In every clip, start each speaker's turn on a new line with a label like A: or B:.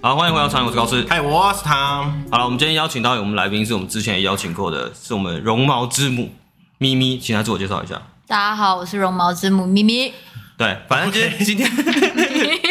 A: 好，欢迎回到常有我是高斯。
B: 嗨，我是他。
A: 好了，我们今天邀请到我们来宾是我们之前也邀请过的，是我们绒毛之母咪咪，请她自我介绍一下。
C: 大家好，我是绒毛之母咪咪。
A: 对，反正今天今天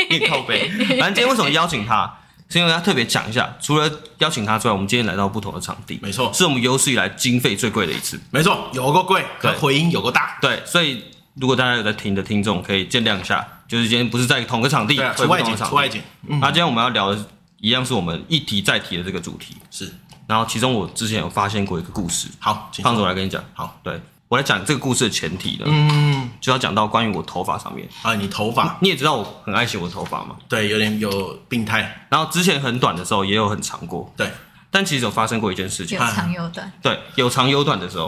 A: 你靠背， 反正今天为什么邀请她，是因为她特别讲一下，除了邀请她之外，我们今天来到不同的场地，
B: 没错
A: 是我们有史以来经费最贵的一次。
B: 没错，有个贵，可
A: 对
B: 回音有个大。
A: 对，所以如果大家有在听的听众，可以见谅一下，就是今天不是在同个场地，
B: 对啊，
A: 会
B: 出
A: 不
B: 外
A: 同
B: 景，
A: 的场
B: 出
A: 地
B: 外景嗯
A: 那、今天我们要聊的一样是我们一提再提的这个主题，
B: 是
A: 然后其中我之前有发现过一个故事，
B: 好，请
A: 胖子
B: 说。
A: 我来跟你讲，
B: 好，
A: 对我来讲这个故事的前提呢，
B: 嗯，
A: 就要讲到关于我头发上面，
B: 啊，你头发
A: 你也知道我很爱惜我的头发嘛，
B: 对有点有病态，
A: 然后之前很短的时候也有很长过，
B: 对，哎
A: 但其实有发生过一件事情
C: 有，嗯长有短，
A: 对，有长有短的时候，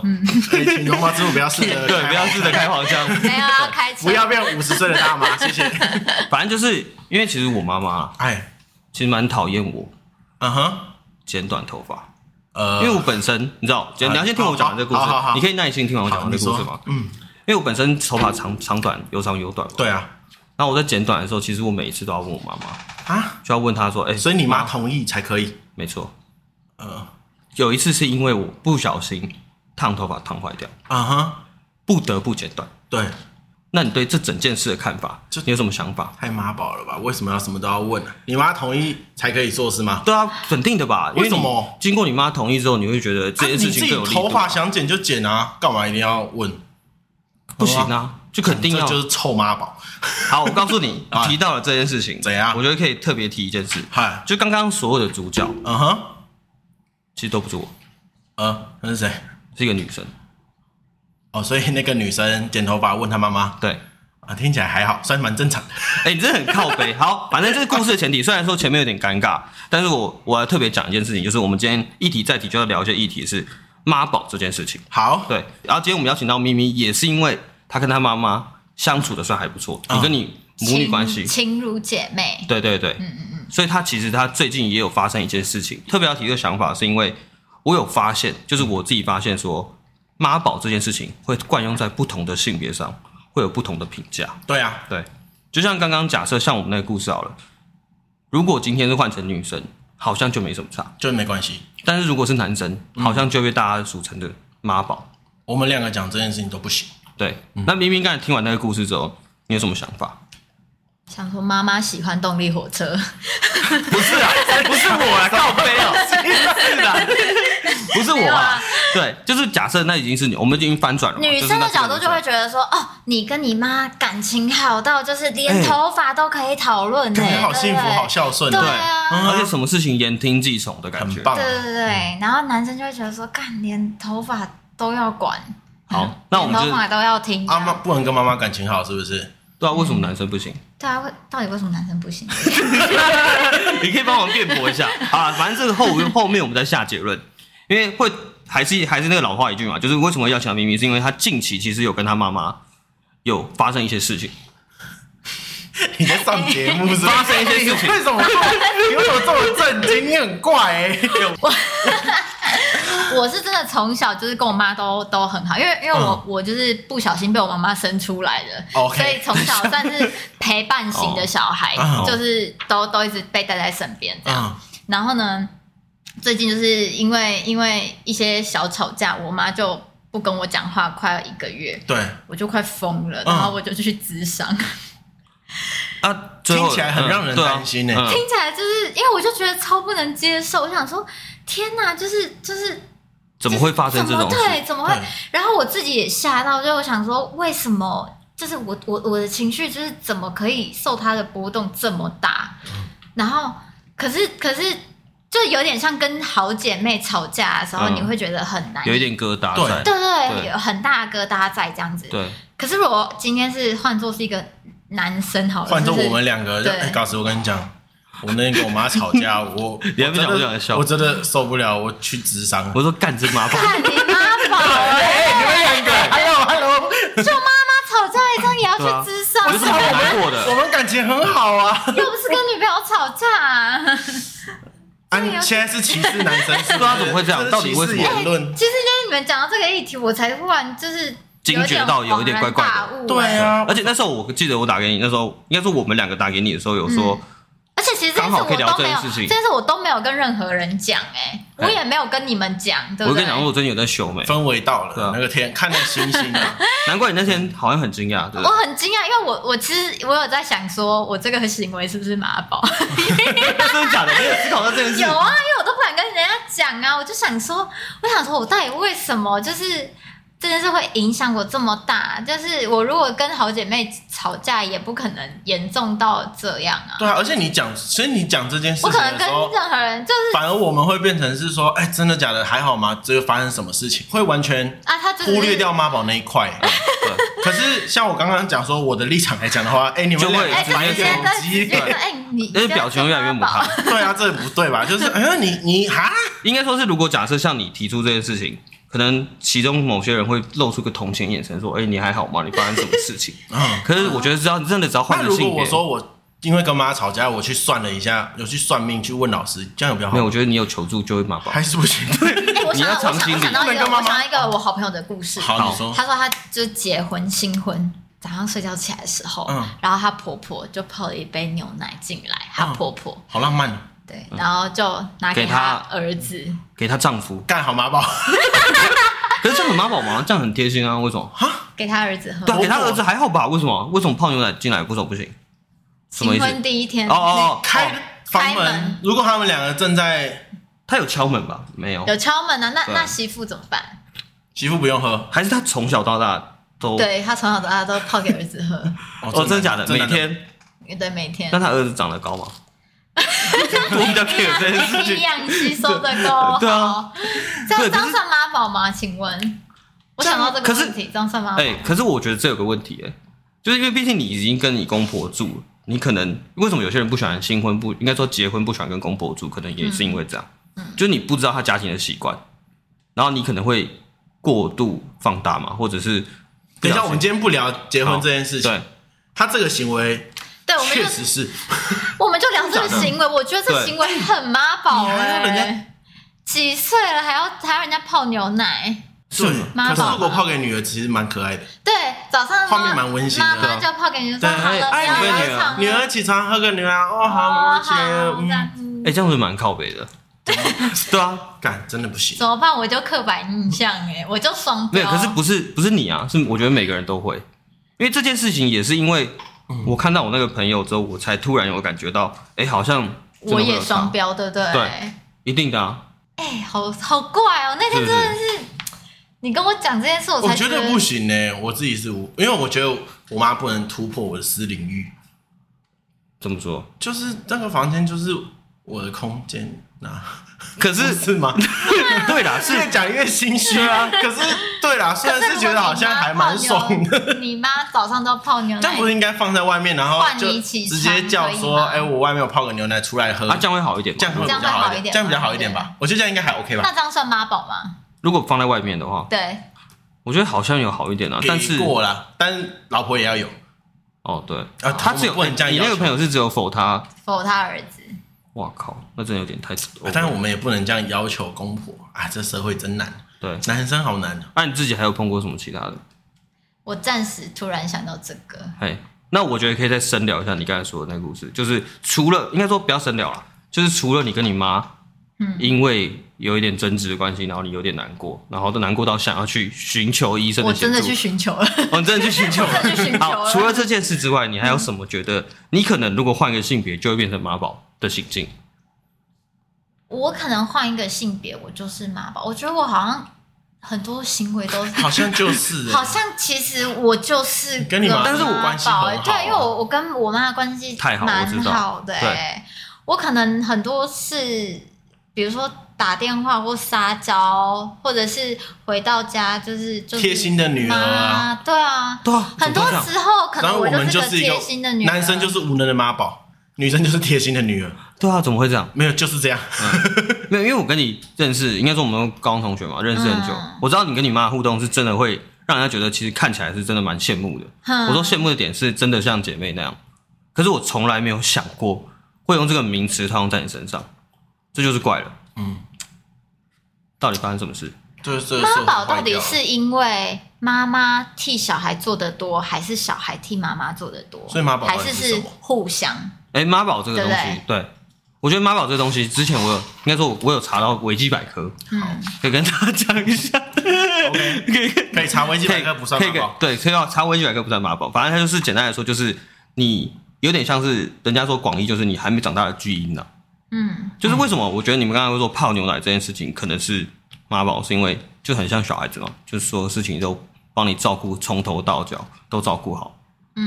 B: 哎请容貌之母不要试 着
A: 对，不要试着开黄腔，
C: 没 有要开车，
B: 不要变五十岁的大妈，谢谢。
A: 反正就是因为其实我妈妈
B: 哎，
A: 其实蛮讨厌我
B: 嗯哼，
A: 剪短头发，
B: 呃，哎
A: 因为我本身你知道，你要先听我讲完这个故
B: 好好
A: 事
B: 好，
A: 你可以耐心听完我讲
B: 好，
A: 完
B: 你
A: 这个故
B: 说
A: 事吗？，
B: 嗯，
A: 因为我本身头发长长短有长有短嘛，
B: 对啊，
A: 然后我在剪短的时候，其实我每一次都要问我妈妈，
B: 啊，
A: 就要问她说，哎、
B: 所以你妈同意才可以，
A: 没错，
B: 呃，
A: 有一次是因为我不小心烫头发烫坏掉，
B: 啊哈，
A: 不得不剪短。
B: 对，
A: 那你对这整件事的看法，
B: 这
A: 你有什么想法？
B: 太妈宝了吧？为什么要什么都要问啊？你妈同意才可以做是吗？
A: 对啊，肯定的吧？因
B: 为什么？
A: 经过你妈同意之后，你会觉得这
B: 啊
A: 件
B: 你
A: 事
B: 自
A: 情
B: 己
A: 更有力度。
B: 头发想剪就剪啊，干嘛一定要问？
A: 不行啊，就肯定
B: 这
A: 要。
B: 就是臭妈宝。
A: 好，我告诉你
B: 啊，
A: 提到了这件事情，
B: 怎样
A: 我觉得可以特别提一件事，
B: 嗨，
A: 就刚刚所有的主角
B: 嗯哼，
A: 其实都不是我，
B: 呃，那是谁？
A: 是一个女生。
B: 哦，所以那个女生剪头发问她妈妈
A: 对，
B: 啊，听起来还好，算蛮正常的。
A: 哎、你真的很靠背。好，反正这个故事的前提，虽然说前面有点尴尬，但是我我要特别讲一件事情，就是我们今天一题再提就要聊一些议题是妈宝这件事情。
B: 好，
A: 对，然后今天我们邀请到咪咪，也是因为她跟她妈妈相处的算还不错，
B: 啊
A: 你跟你母女关系，
C: 亲如姐妹。
A: 对对对，嗯嗯嗯，所以她其实她最近也有发生一件事情，特别要提这个想法，是因为我有发现，就是我自己发现说，妈宝这件事情会惯用在不同的性别上，会有不同的评价。
B: 对啊，
A: 对，就像刚刚假设像我们那个故事好了，如果今天是换成女生，好像就没什么差；
B: 就没关系。
A: 但是如果是男生，好像就被大家俗称的妈宝。
B: 我们两个讲这件事情都不行。
A: 对，那明明刚才听完那个故事之后，你有什么想法？
C: 想说妈妈喜欢动力火车，
A: 哦不是啊，不是我啊，靠背哦，是的，不是
C: 没
A: 我
C: 有
A: 啊
C: 啊。
A: 对，就是假设那已经是你，我们已经翻转了嘛，就
C: 女
A: 是
C: 生
A: 那
C: 的
A: 是
C: 角度
A: 女
C: 就
A: 生
C: 会觉得说，哦，你跟你妈感情好到就是
A: 哎
C: 连头发都可以讨论呢，
B: 感觉好幸福，
C: 对不对
B: 好孝顺
C: 对
B: 啊，
C: 啊。
A: 而且什么事情言听计从的感觉
B: 很。棒啊
C: 对。对对对，然后男生就会觉得说，干连头发都要管，
A: 好，那我们
C: 连头
A: 就
C: 发都要听
B: 啊妈不能跟妈妈感情好是不是？
A: 对啊，为什么男生不行？
C: 对啊，为到底为什么男生不行？
A: 你可以帮我辩驳一下啊，反正这个后后面我们再下结论，因为会还是还是那个老话一句嘛，就是为什么要讲咪咪，是因为她近期其实有跟她妈妈有发生一些事情，
B: 你在上节目是不是？
A: 发生一些事情
B: 你为什么？ 你为什么这么震惊？你很怪 哎、
C: 我是真的从小就是跟我妈都都很好，因为因为我、
A: 嗯
C: 我就是不小心被我妈妈生出来的
B: OK
C: 所以从小算是陪伴型的小 孩
B: 哦
C: 就是都都一直被带在身边这样。
B: 啊，
C: 然后呢，最近就是因为因为一些小吵架，我妈就不跟我讲话，快要一个月，
B: 对，
C: 我就快疯了，
B: 嗯
C: 然后我就去咨商。
A: 嗯啊，最后
B: 听起来很让
A: 嗯
B: 人
A: 对啊
B: 担心欸
A: 嗯
C: 听起来就是因为我就觉得超不能接受，我想说天哪，就是就是
A: 怎么会发生这种
C: 怎
A: 事
C: 么？对，怎么会
B: 对？
C: 然后我自己也吓到，就我想说，为什么？就是我我我的情绪就是怎么可以受它的波动这么大？
A: 嗯
C: 然后可是可是就有点像跟好姐妹吵架的时候，
A: 嗯
C: 你会觉得很难，
A: 有一点疙瘩
B: 对
A: 在，
C: 对对，
A: 对
C: 有很大的疙瘩在这样子。
A: 对，
C: 可是如果今天是换做是一个男生好 了，
B: 换成
C: 就是
B: 我们两个，
C: 对
B: 哎，告诉我跟你讲，我那天跟我妈吵架，我
A: 你还不讲
B: 我
A: 我
B: 真
A: 想
B: 的
A: 笑
B: 我真的受不了，我去智商。
A: 我说干这麻 烦，哎
C: 看你妈宝了，
B: 你们两个，Hello 哎 Hello，
C: 就妈妈吵架一仗也要去
A: 对啊
C: 智商，
A: 有什么好难过的？
B: 我们感情很好啊。
C: 又不是跟女朋友吵架、啊。
B: 啊，
C: 这个
B: 你
C: 有
B: 现在是歧视男生是
A: 对
B: 吧
A: 啊？怎么会这样
B: 是
A: 到底为什么
B: 歧视言论？
C: 其实就是你们讲到这个议题，我才忽然就是
A: 惊觉到有一点怪怪的
C: 有点恍然大悟欸
B: 对，啊，
C: 嗯
A: 而且那时候我记得我打给你，那时候应该说我们两个打给你的时候有说，
C: 而且其实这个
A: 刚好可以
C: 我
A: 聊
C: 都
A: 这
C: 没
A: 件
C: 有，
A: 事情
C: 这。件事我都没有跟任何人讲，哎，我也没有跟你们讲，对
A: 我
C: 不
A: 跟
C: 对？
A: 你讲，我最近有在修眉，
B: 氛围到
A: 对啊
B: 了，那个天看那个星星啊，
A: 难怪你那天好像很惊讶，对不
C: 我
A: 对？
C: 很惊讶，因为我我其实我有在想，说我这个行为是不是妈 宝？
A: 真的假的？你有思考到这件事？
C: 有啊，因为我都不敢跟人家讲啊，我就想说，我想说我到底为什么就是这件事会影响我这么大？就是我如果跟好姐妹吵架，也不可能严重到这样啊。
B: 对啊，而且你讲，所以你讲这件事
C: 我
B: 情
C: 可能
B: 的
C: 跟
B: 时候，
C: 任何人就是
B: 反而我们会变成是说，哎、真的假的？还好吗？这个发生什么事情？会完全
C: 啊，他就是
B: 忽略。掉妈宝那一 块。对可是像我刚刚讲说，我的立场来讲的话，哎、你
A: 就
B: 们
A: 会
B: 两
C: 哎，
B: 个
C: 这直接
A: 反
C: 在
B: 有
C: 直
B: 机
C: 接
B: 会，
C: 哎，你
A: 那表情越来越母
C: 好。
A: 汤。
B: 对啊，这不 对吧？就是，哎、你你哈，
A: 应该说是，如果假设像你提出这件事情，可能其中某些人会露出个同情眼神，说：“哎、你还好吗？你发生什么事情，
B: 嗯？”
A: 可是我觉得，只要真的只要换
B: 那
A: 成
B: 如果
A: 性别
B: 我，说我因为跟妈吵架，我去算了一下，有去算命，去问老师，这样有比较好
A: 没有，？我觉得你有求助就会妈宝。
B: 还是 不行。对，
C: 哎，我
A: 你要
C: 想到，
A: 藏
C: 我想
A: 心
C: 我
A: 里
C: 想到一
B: 不能
C: 个，
B: 跟妈
C: 我
B: 妈
C: 想到一个我好朋友的故事。
B: 好，
A: 好
B: 你说，
C: 他说他就是结婚新婚，早上睡觉起来的时候，
B: 嗯
C: 然后她婆婆就泡了一杯牛奶进来，她
B: 嗯
C: 婆婆、
B: 好浪漫哦，
C: 对，然后就
A: 嗯
C: 拿
A: 给
C: 她
A: 她
C: 儿子，
A: 给她丈夫，
B: 干好妈宝。
A: 可是这样很妈宝吗？这样很贴心啊？为什 么？
C: 给她儿子喝
A: 对啊，。
B: 我
A: 给她儿子还好吧？为什么？为什么泡牛奶进来为什么不行？什么意
C: 新
A: 思？
C: 婚第一天
A: 哦 哦哦，哦
B: 开房
C: 开门
B: 门，如果他们两个正在，
A: 他有敲门吧？没有，
C: 有敲门啊，那
A: 对
C: 那媳妇怎么办？
B: 媳妇不用喝。
A: 还是他从小到大都
C: 对她从小到大都泡给儿子喝，
A: 哦，真的假的？每天？
C: 对，每天
A: 那他儿子长得高吗？我比较 care 这件事
C: 营
A: 情。
C: 养吸收的够
A: 对啊
C: 好，这样
A: 对
C: 这
A: 可
C: 样
A: 是
C: 算妈宝吗？请问，我想到这
A: 可
C: 个
A: 是
C: 问题，这样算妈宝
A: 哎、？可是我觉得这有个问题、哎，就是因为毕竟你已经跟你公婆住了，你可能为什么有些人不喜欢新婚不应该说结婚不喜欢跟公婆住，可能也是因为这样，
C: 嗯
A: 就是你不知道他家庭的习惯，然后你可能会过度放大嘛，或者是
B: 等一下，我们今天不聊结婚这件事情。
A: 对
B: 他这个行为
C: 对，我们就
B: 确实是，
C: 我们就聊这个行为，我觉得这
A: 对
C: 行为很妈宝
B: 你还要人
C: 哎
B: 家。
C: 几岁了还要还要人家泡牛奶？
A: 是
B: 对。
C: 妈
B: 可是
C: 宝
B: 如果泡给女儿，其实蛮可爱的。
C: 对，早上
B: 画面蛮温馨的
C: 妈妈就泡给你说
B: 对
C: 好了，不
B: 哎
C: 要
A: 哎
C: 冷
A: 女儿
C: 场了。
B: 女儿起床喝个牛奶，哦好，
C: 哦
B: 我
C: 好，这
B: 姐，
C: 样
B: 嗯，
C: 嗯
A: 哎、这样子蛮靠北的，对啊，
B: 干真的不行。
C: 怎么办？我就刻板印象哎，我就双
A: 没有，
C: 标。
A: 可是不是不是你啊，是我觉得每个人都会，因为这件事情也是因为
B: 嗯
A: 我看到我那个朋友之后，我才突然有感觉到，哎、好像真的
C: 我
A: 会有
C: 也哦
A: 差
C: 双标，对不对？
A: 对一定的啊，
C: 哎，好好怪哦，那天真的是你跟我讲这件事，我
B: 我
C: 才
B: 觉
C: 得
B: 得不行呢，我自己是无，因为我觉得我妈不能突破我的私领域，
A: 怎么说？
B: 就是那个房间就是我的空间啊，
A: 可是
B: 是吗？
A: 对啦，是
B: 越讲越心虚啊。可是对啦，虽然
C: 可是
B: 是觉得好像还蛮爽的，
C: 的。你妈早上都泡 牛
B: 但
C: 奶
B: 不，是应该放在外面，然后
C: 换
B: 就
C: 你起
B: 直
C: 床
B: 接叫说，
C: 可
B: 哎，
C: 以吗
B: 我外面有泡个牛奶出来喝
A: 啊，，这样会好一点吗。
B: 这样会比较好一点，这
C: 这样
B: 样
C: 会
B: 比较好一点
C: 好一
B: 吧？我觉得这样应该还 OK 吧
C: 那。这样算妈宝吗？
A: 如果放在外面的话，
C: 对，
A: 我觉得好像有好一点啊。但是
B: 给过啦，但老婆也要有
A: 哦，对，
B: 啊，
A: 他只有
B: 不能这样
A: 你
B: 要
A: 那
B: 求
A: 个朋友是只有否他，
C: 否他儿子。
A: 哇靠，那真的有点太哦
B: 啊。但是我们也不能这样要求公婆啊，这社会真难，
A: 对。
B: 男生好难啊。
A: 那、你自己还有碰过什么其他的？
C: 我暂时突然想到这个，
A: 哎，那我觉得可以再深聊一下你刚才说的那个故事，就是除了应该说不要深聊了，就是除了你跟你妈，
C: 嗯
A: 因为有一点争执的关系，然后你有点难过，然后都难过到想要去寻求医生
C: 我
A: 的协助，
C: 真的去寻求了。
A: 哦，你真的去寻求
C: 我真的去寻求
A: 好，
C: 了
A: 除了这件事之外，你还有什么觉得你可能如果换个性别就会变成妈宝的行径？
C: 我可能换一个性别，我就是妈宝。我觉得我好像很多行为都是，
B: 好像就是、欸，
C: 好像其实我就是
B: 跟你
C: 个
B: 妈
A: 但是我
C: 妈
B: 关系
C: 宝
B: 很好
C: 对，
B: 啊
C: 因为我我跟我妈的关系
A: 太好
C: 蛮
A: 我知道
C: 好的、欸。我可能很多事，比如说打电话或撒娇，或者是回到家就是就是
B: 贴心的女儿啊
C: 妈，对啊，
A: 对啊，
C: 很多
A: 怎么会这样
C: 时候可
B: 然
C: 能
B: 后我
C: 就
B: 们
C: 是
B: 就
C: 个
B: 是一
C: 贴
B: 个
C: 心的女儿，
B: 男生就是无能的妈宝，女生就是贴心的女儿，
A: 对啊，怎么会这样？
B: 没有就是 这样。
A: 没有，因为我跟你认识，应该说我们高中同学嘛，认识很久。
C: 嗯
A: 我知道你跟你妈的互动是真的会让人家觉得，其实看起来是真的蛮羡慕的。
C: 嗯
A: 我说羡慕的点是真的像姐妹那样，可是我从来没有想过会用这个名词套用在你身上，这就是怪了。
B: 嗯，
A: 到底发生什么事？
B: 就是这个社
C: 妈
B: 会
C: 宝到
B: 坏
C: 底
B: 掉了
C: 是因为妈妈替小孩做的多，还是小孩替妈妈做的多？
B: 所以妈宝到
C: 还
B: 底
C: 是
B: 是什
C: 是
B: 么
C: 互相？
A: 哎，妈宝这个东西，对我觉得妈宝这东西，之前我有应该说我我有查到维基百科，
C: 嗯，
A: 可以跟大家讲一下，
B: OK，
A: 可以
B: 可以查维基
A: 可
B: 百
A: 以
B: 科不算
A: 可以
B: 妈宝，
A: 对，可以要查维基百科不算妈宝，反正它就是简单来说，就是你有点像是人家说广义，就是你还没长大的巨婴呢、啊
C: 嗯，
A: 就是为什么我觉得你们刚才会说泡牛奶这件事情可能是妈宝，是因为就很像小孩子嘛，就是所有事情都帮你照顾，从头到脚都照顾好。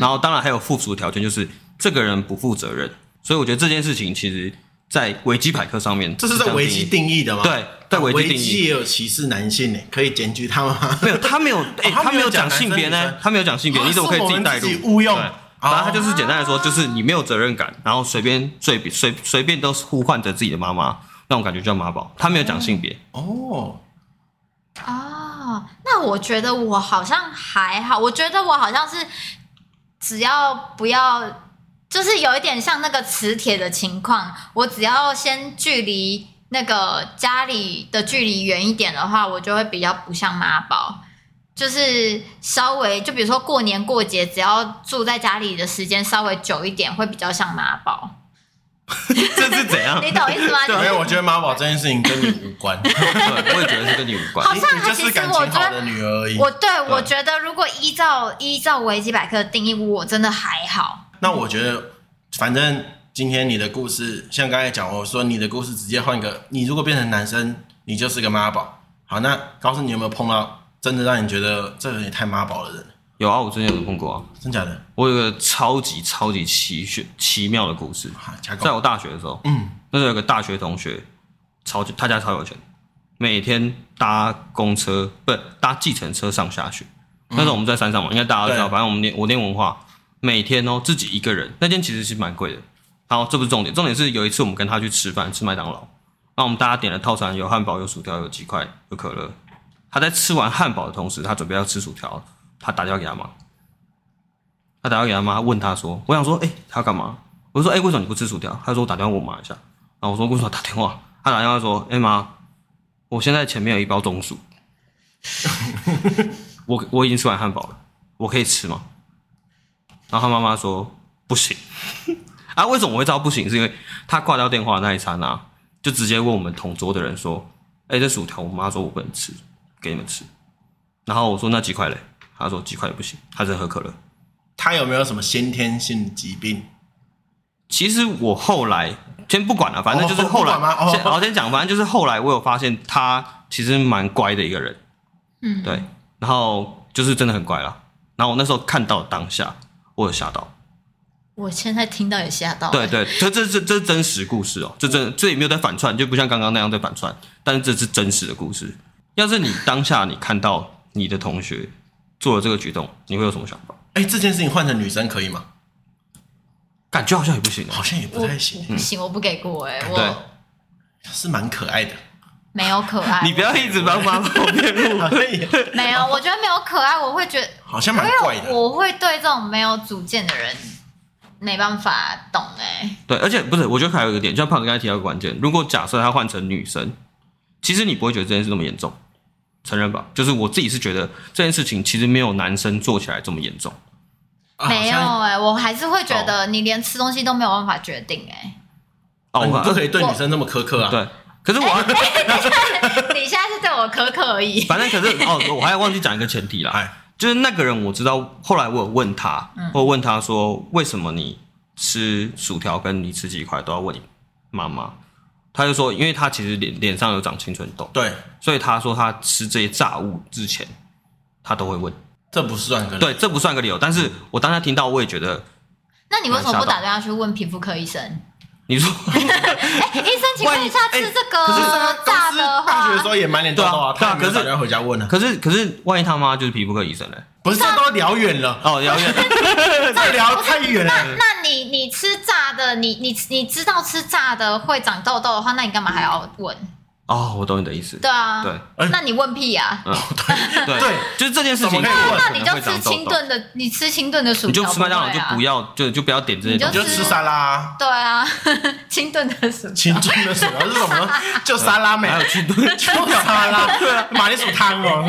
A: 然后当然还有附属条件，就是这个人不负责任。所以我觉得这件事情其实，在维基百科上面，
B: 这是在
A: 样
B: 维基
A: 定义
B: 定义的吗？啊
A: 对，在维基定义
B: 也有歧视男性呢，欸可以检举他们吗？
A: 没有，他没有，哎、
B: 哦他
A: 他没
B: 没有
A: 有讲
B: 讲男生
A: 性别
B: 女
A: 呢
B: 生，
A: 他 没有讲性别，
B: 哦
A: 你怎么可以
B: 是我们
A: 己带入？
B: 自己误用
A: 对
B: 哦
A: 反正他就是简单来说，就是你没有责任感，然后随便随随随便都呼唤着自己的妈妈，那种感觉叫妈宝。他没有讲性 别，
B: 哦，
C: 哦，那我觉得我好像还好，我觉得我好像是只要不要，就是有一点像那个磁铁的情况，我只要先距离那个家里的距离远一点的话，我就会比较不像妈宝。就是稍微，就比如说过年过节，只要住在家里的时间稍微久一点，会比较像妈宝。
A: 这是怎样？
C: 你懂意 思吗？
B: 啊没有，我觉得妈宝这件事情跟你无关， 你
A: 对，我也觉得是跟你无关
C: 好。像
B: 你就是感情好的女儿而已。
C: 我对
A: 对
C: 我觉得，如果依照依照维基百科的定义，我真的还好。
B: 那我觉得，反正今天你的故事，像刚才讲，我说你的故事直接换一个，你如果变成男生，你就是个妈宝。好，那告诉你有没有碰到真的让你觉得这个人也太妈宝的人？
A: 有啊，我之前有碰过啊，
B: 真假的？
A: 我有个超级超级奇炫奇妙的故事，
B: 啊，加
A: 在
B: 狗。
A: 我大学的时候，
B: 嗯，
A: 那时候有个大学同学，超级他家超有钱，每天搭公车不搭计程车上下学。那时候我们在山上嘛，应该大家都知道，
B: 对
A: 反正我们念我念文化，每天哦自己一个人，那间其实是蛮贵的。然后这不是重点，重点是有一次我们跟他去吃饭，吃麦当劳，那我们大家点了套餐，有汉堡，有薯条，有鸡块，有可乐。他在吃完汉堡的同时，他准备要吃薯条，他打电话给他妈，他打电话给他妈，问他说：“我想说，哎、他要干嘛？”我就说：“哎、为什么你不吃薯条？”他说：“我打电话问我妈一下。”然后我说：“为什么要打电话？”他打电话说：“哎、妈，我现在前面有一包中薯，我我已经吃完汉堡了，我可以吃吗？”然后他妈妈说：“不行。” 啊，为什么我会知道不行？是因为他挂掉电话的那一刹那，就直接问我们同桌的人说：“哎、这薯条我妈说我不能吃，给你们吃。”然后我说：“那几块嘞？”他说：“几块也不行，他只能喝可乐。”
B: 他有没有什么先天性疾病？
A: 其实我后来先不管了，反正就是后来，
B: 哦不管吗哦
A: 先我先讲，反正就是后来我有发现他其实蛮乖的一个人，
C: 嗯，
A: 对，然后就是真的很乖啦。然后我那时候看到当下，我有吓到，
C: 我现在听到也吓到。
A: 对，对，这这这这是真实故事哦，这真这也没有在反串，就不像刚刚那样在反串，但是这是真实的故事。要是你当下你看到你的同学做了这个举动，你会有什么想法？
B: 哎、这件事情换成女生可以吗？
A: 感觉好像也不行哦
B: 好像也不
C: 我
B: 太行，
C: 不行，我不给过哎、
A: 对
C: 我
B: 是蛮可爱的。
C: 没有可爱，
A: 你不要一直帮忙后面录，
B: 好像也
C: 没有，我觉得没有可爱，我会觉得，
B: 好像
C: 因
B: 蛮怪
C: 为
B: 的。
C: 我会对这种没有主见的人没办法懂哎、
A: 对，而且不是，我觉得还有一个点，就像胖子刚才提到一个关键，如果假设他换成女生，其实你不会觉得这件事那么严重，承认吧？就是我自己是觉得这件事情其实没有男生做起来这么严重。
B: 啊
C: 没有
B: 好像
C: 哎、我还是会觉得你连吃东西都没有办法决定 哎、
A: 哦，
B: 哦，
A: 我
B: 你不可
A: 以
B: 以对女生这么苛刻啊！，
A: 对，可是我还
C: 你现在是对我苛刻而 已。
A: 反正可是哦，我还忘记讲一个前提啦，
B: 哎，嗯
A: 就是那个人我知道，后来我有问他，我有问他说为什么你吃薯条跟你吃鸡块都要问你妈妈，他就说因为他其实脸脸上有长青春痘，
B: 对，
A: 所以他说他吃这些炸物之前，他都会问。
B: 这不算个
A: 对，这不算个理由，但是我当下听到我也觉得，
C: 那你为什么不打电话去问皮肤科医生？
A: 你 说
C: 医生，请问一下，
A: 万一哎
C: 吃这
B: 可是
C: 个呃炸
B: 公司
C: 的
B: 大学的时
C: 话，
B: 候也满脸痘痘啊，
A: 对啊
B: 他可是
A: 可
B: 打
A: 是
B: 电话回家问啊，
A: 可是可是，万一他妈就是皮肤科医生呢？
B: 不是这都聊远了，
A: 哦，遥远，
B: 这聊太远了。
C: 那你你吃炸的，你你你知道吃炸的会长痘痘的话，那你干嘛还要问？
A: 哦，我懂你的意思。
C: 对啊，
A: 对，
B: 哎
C: 那你问屁啊！
A: 对
B: 对
A: 就是这件事情，
B: 怎么可以问
C: 那你就
A: 可能会长
C: 吃
A: 痘
C: 清
A: 痘，
C: 炖的，你吃清炖的薯
A: 你就
C: 条会啊，
A: 吃麦当劳就不要，就就不要点这些
C: 你就
A: 东
B: 你
A: 西
B: 就。吃沙拉啊，
C: 对啊， 清炖的薯条。
B: 青春的薯条是什 么？就沙拉美，
A: 还有去炖，
B: 就沙拉，对啊，马铃薯汤哦。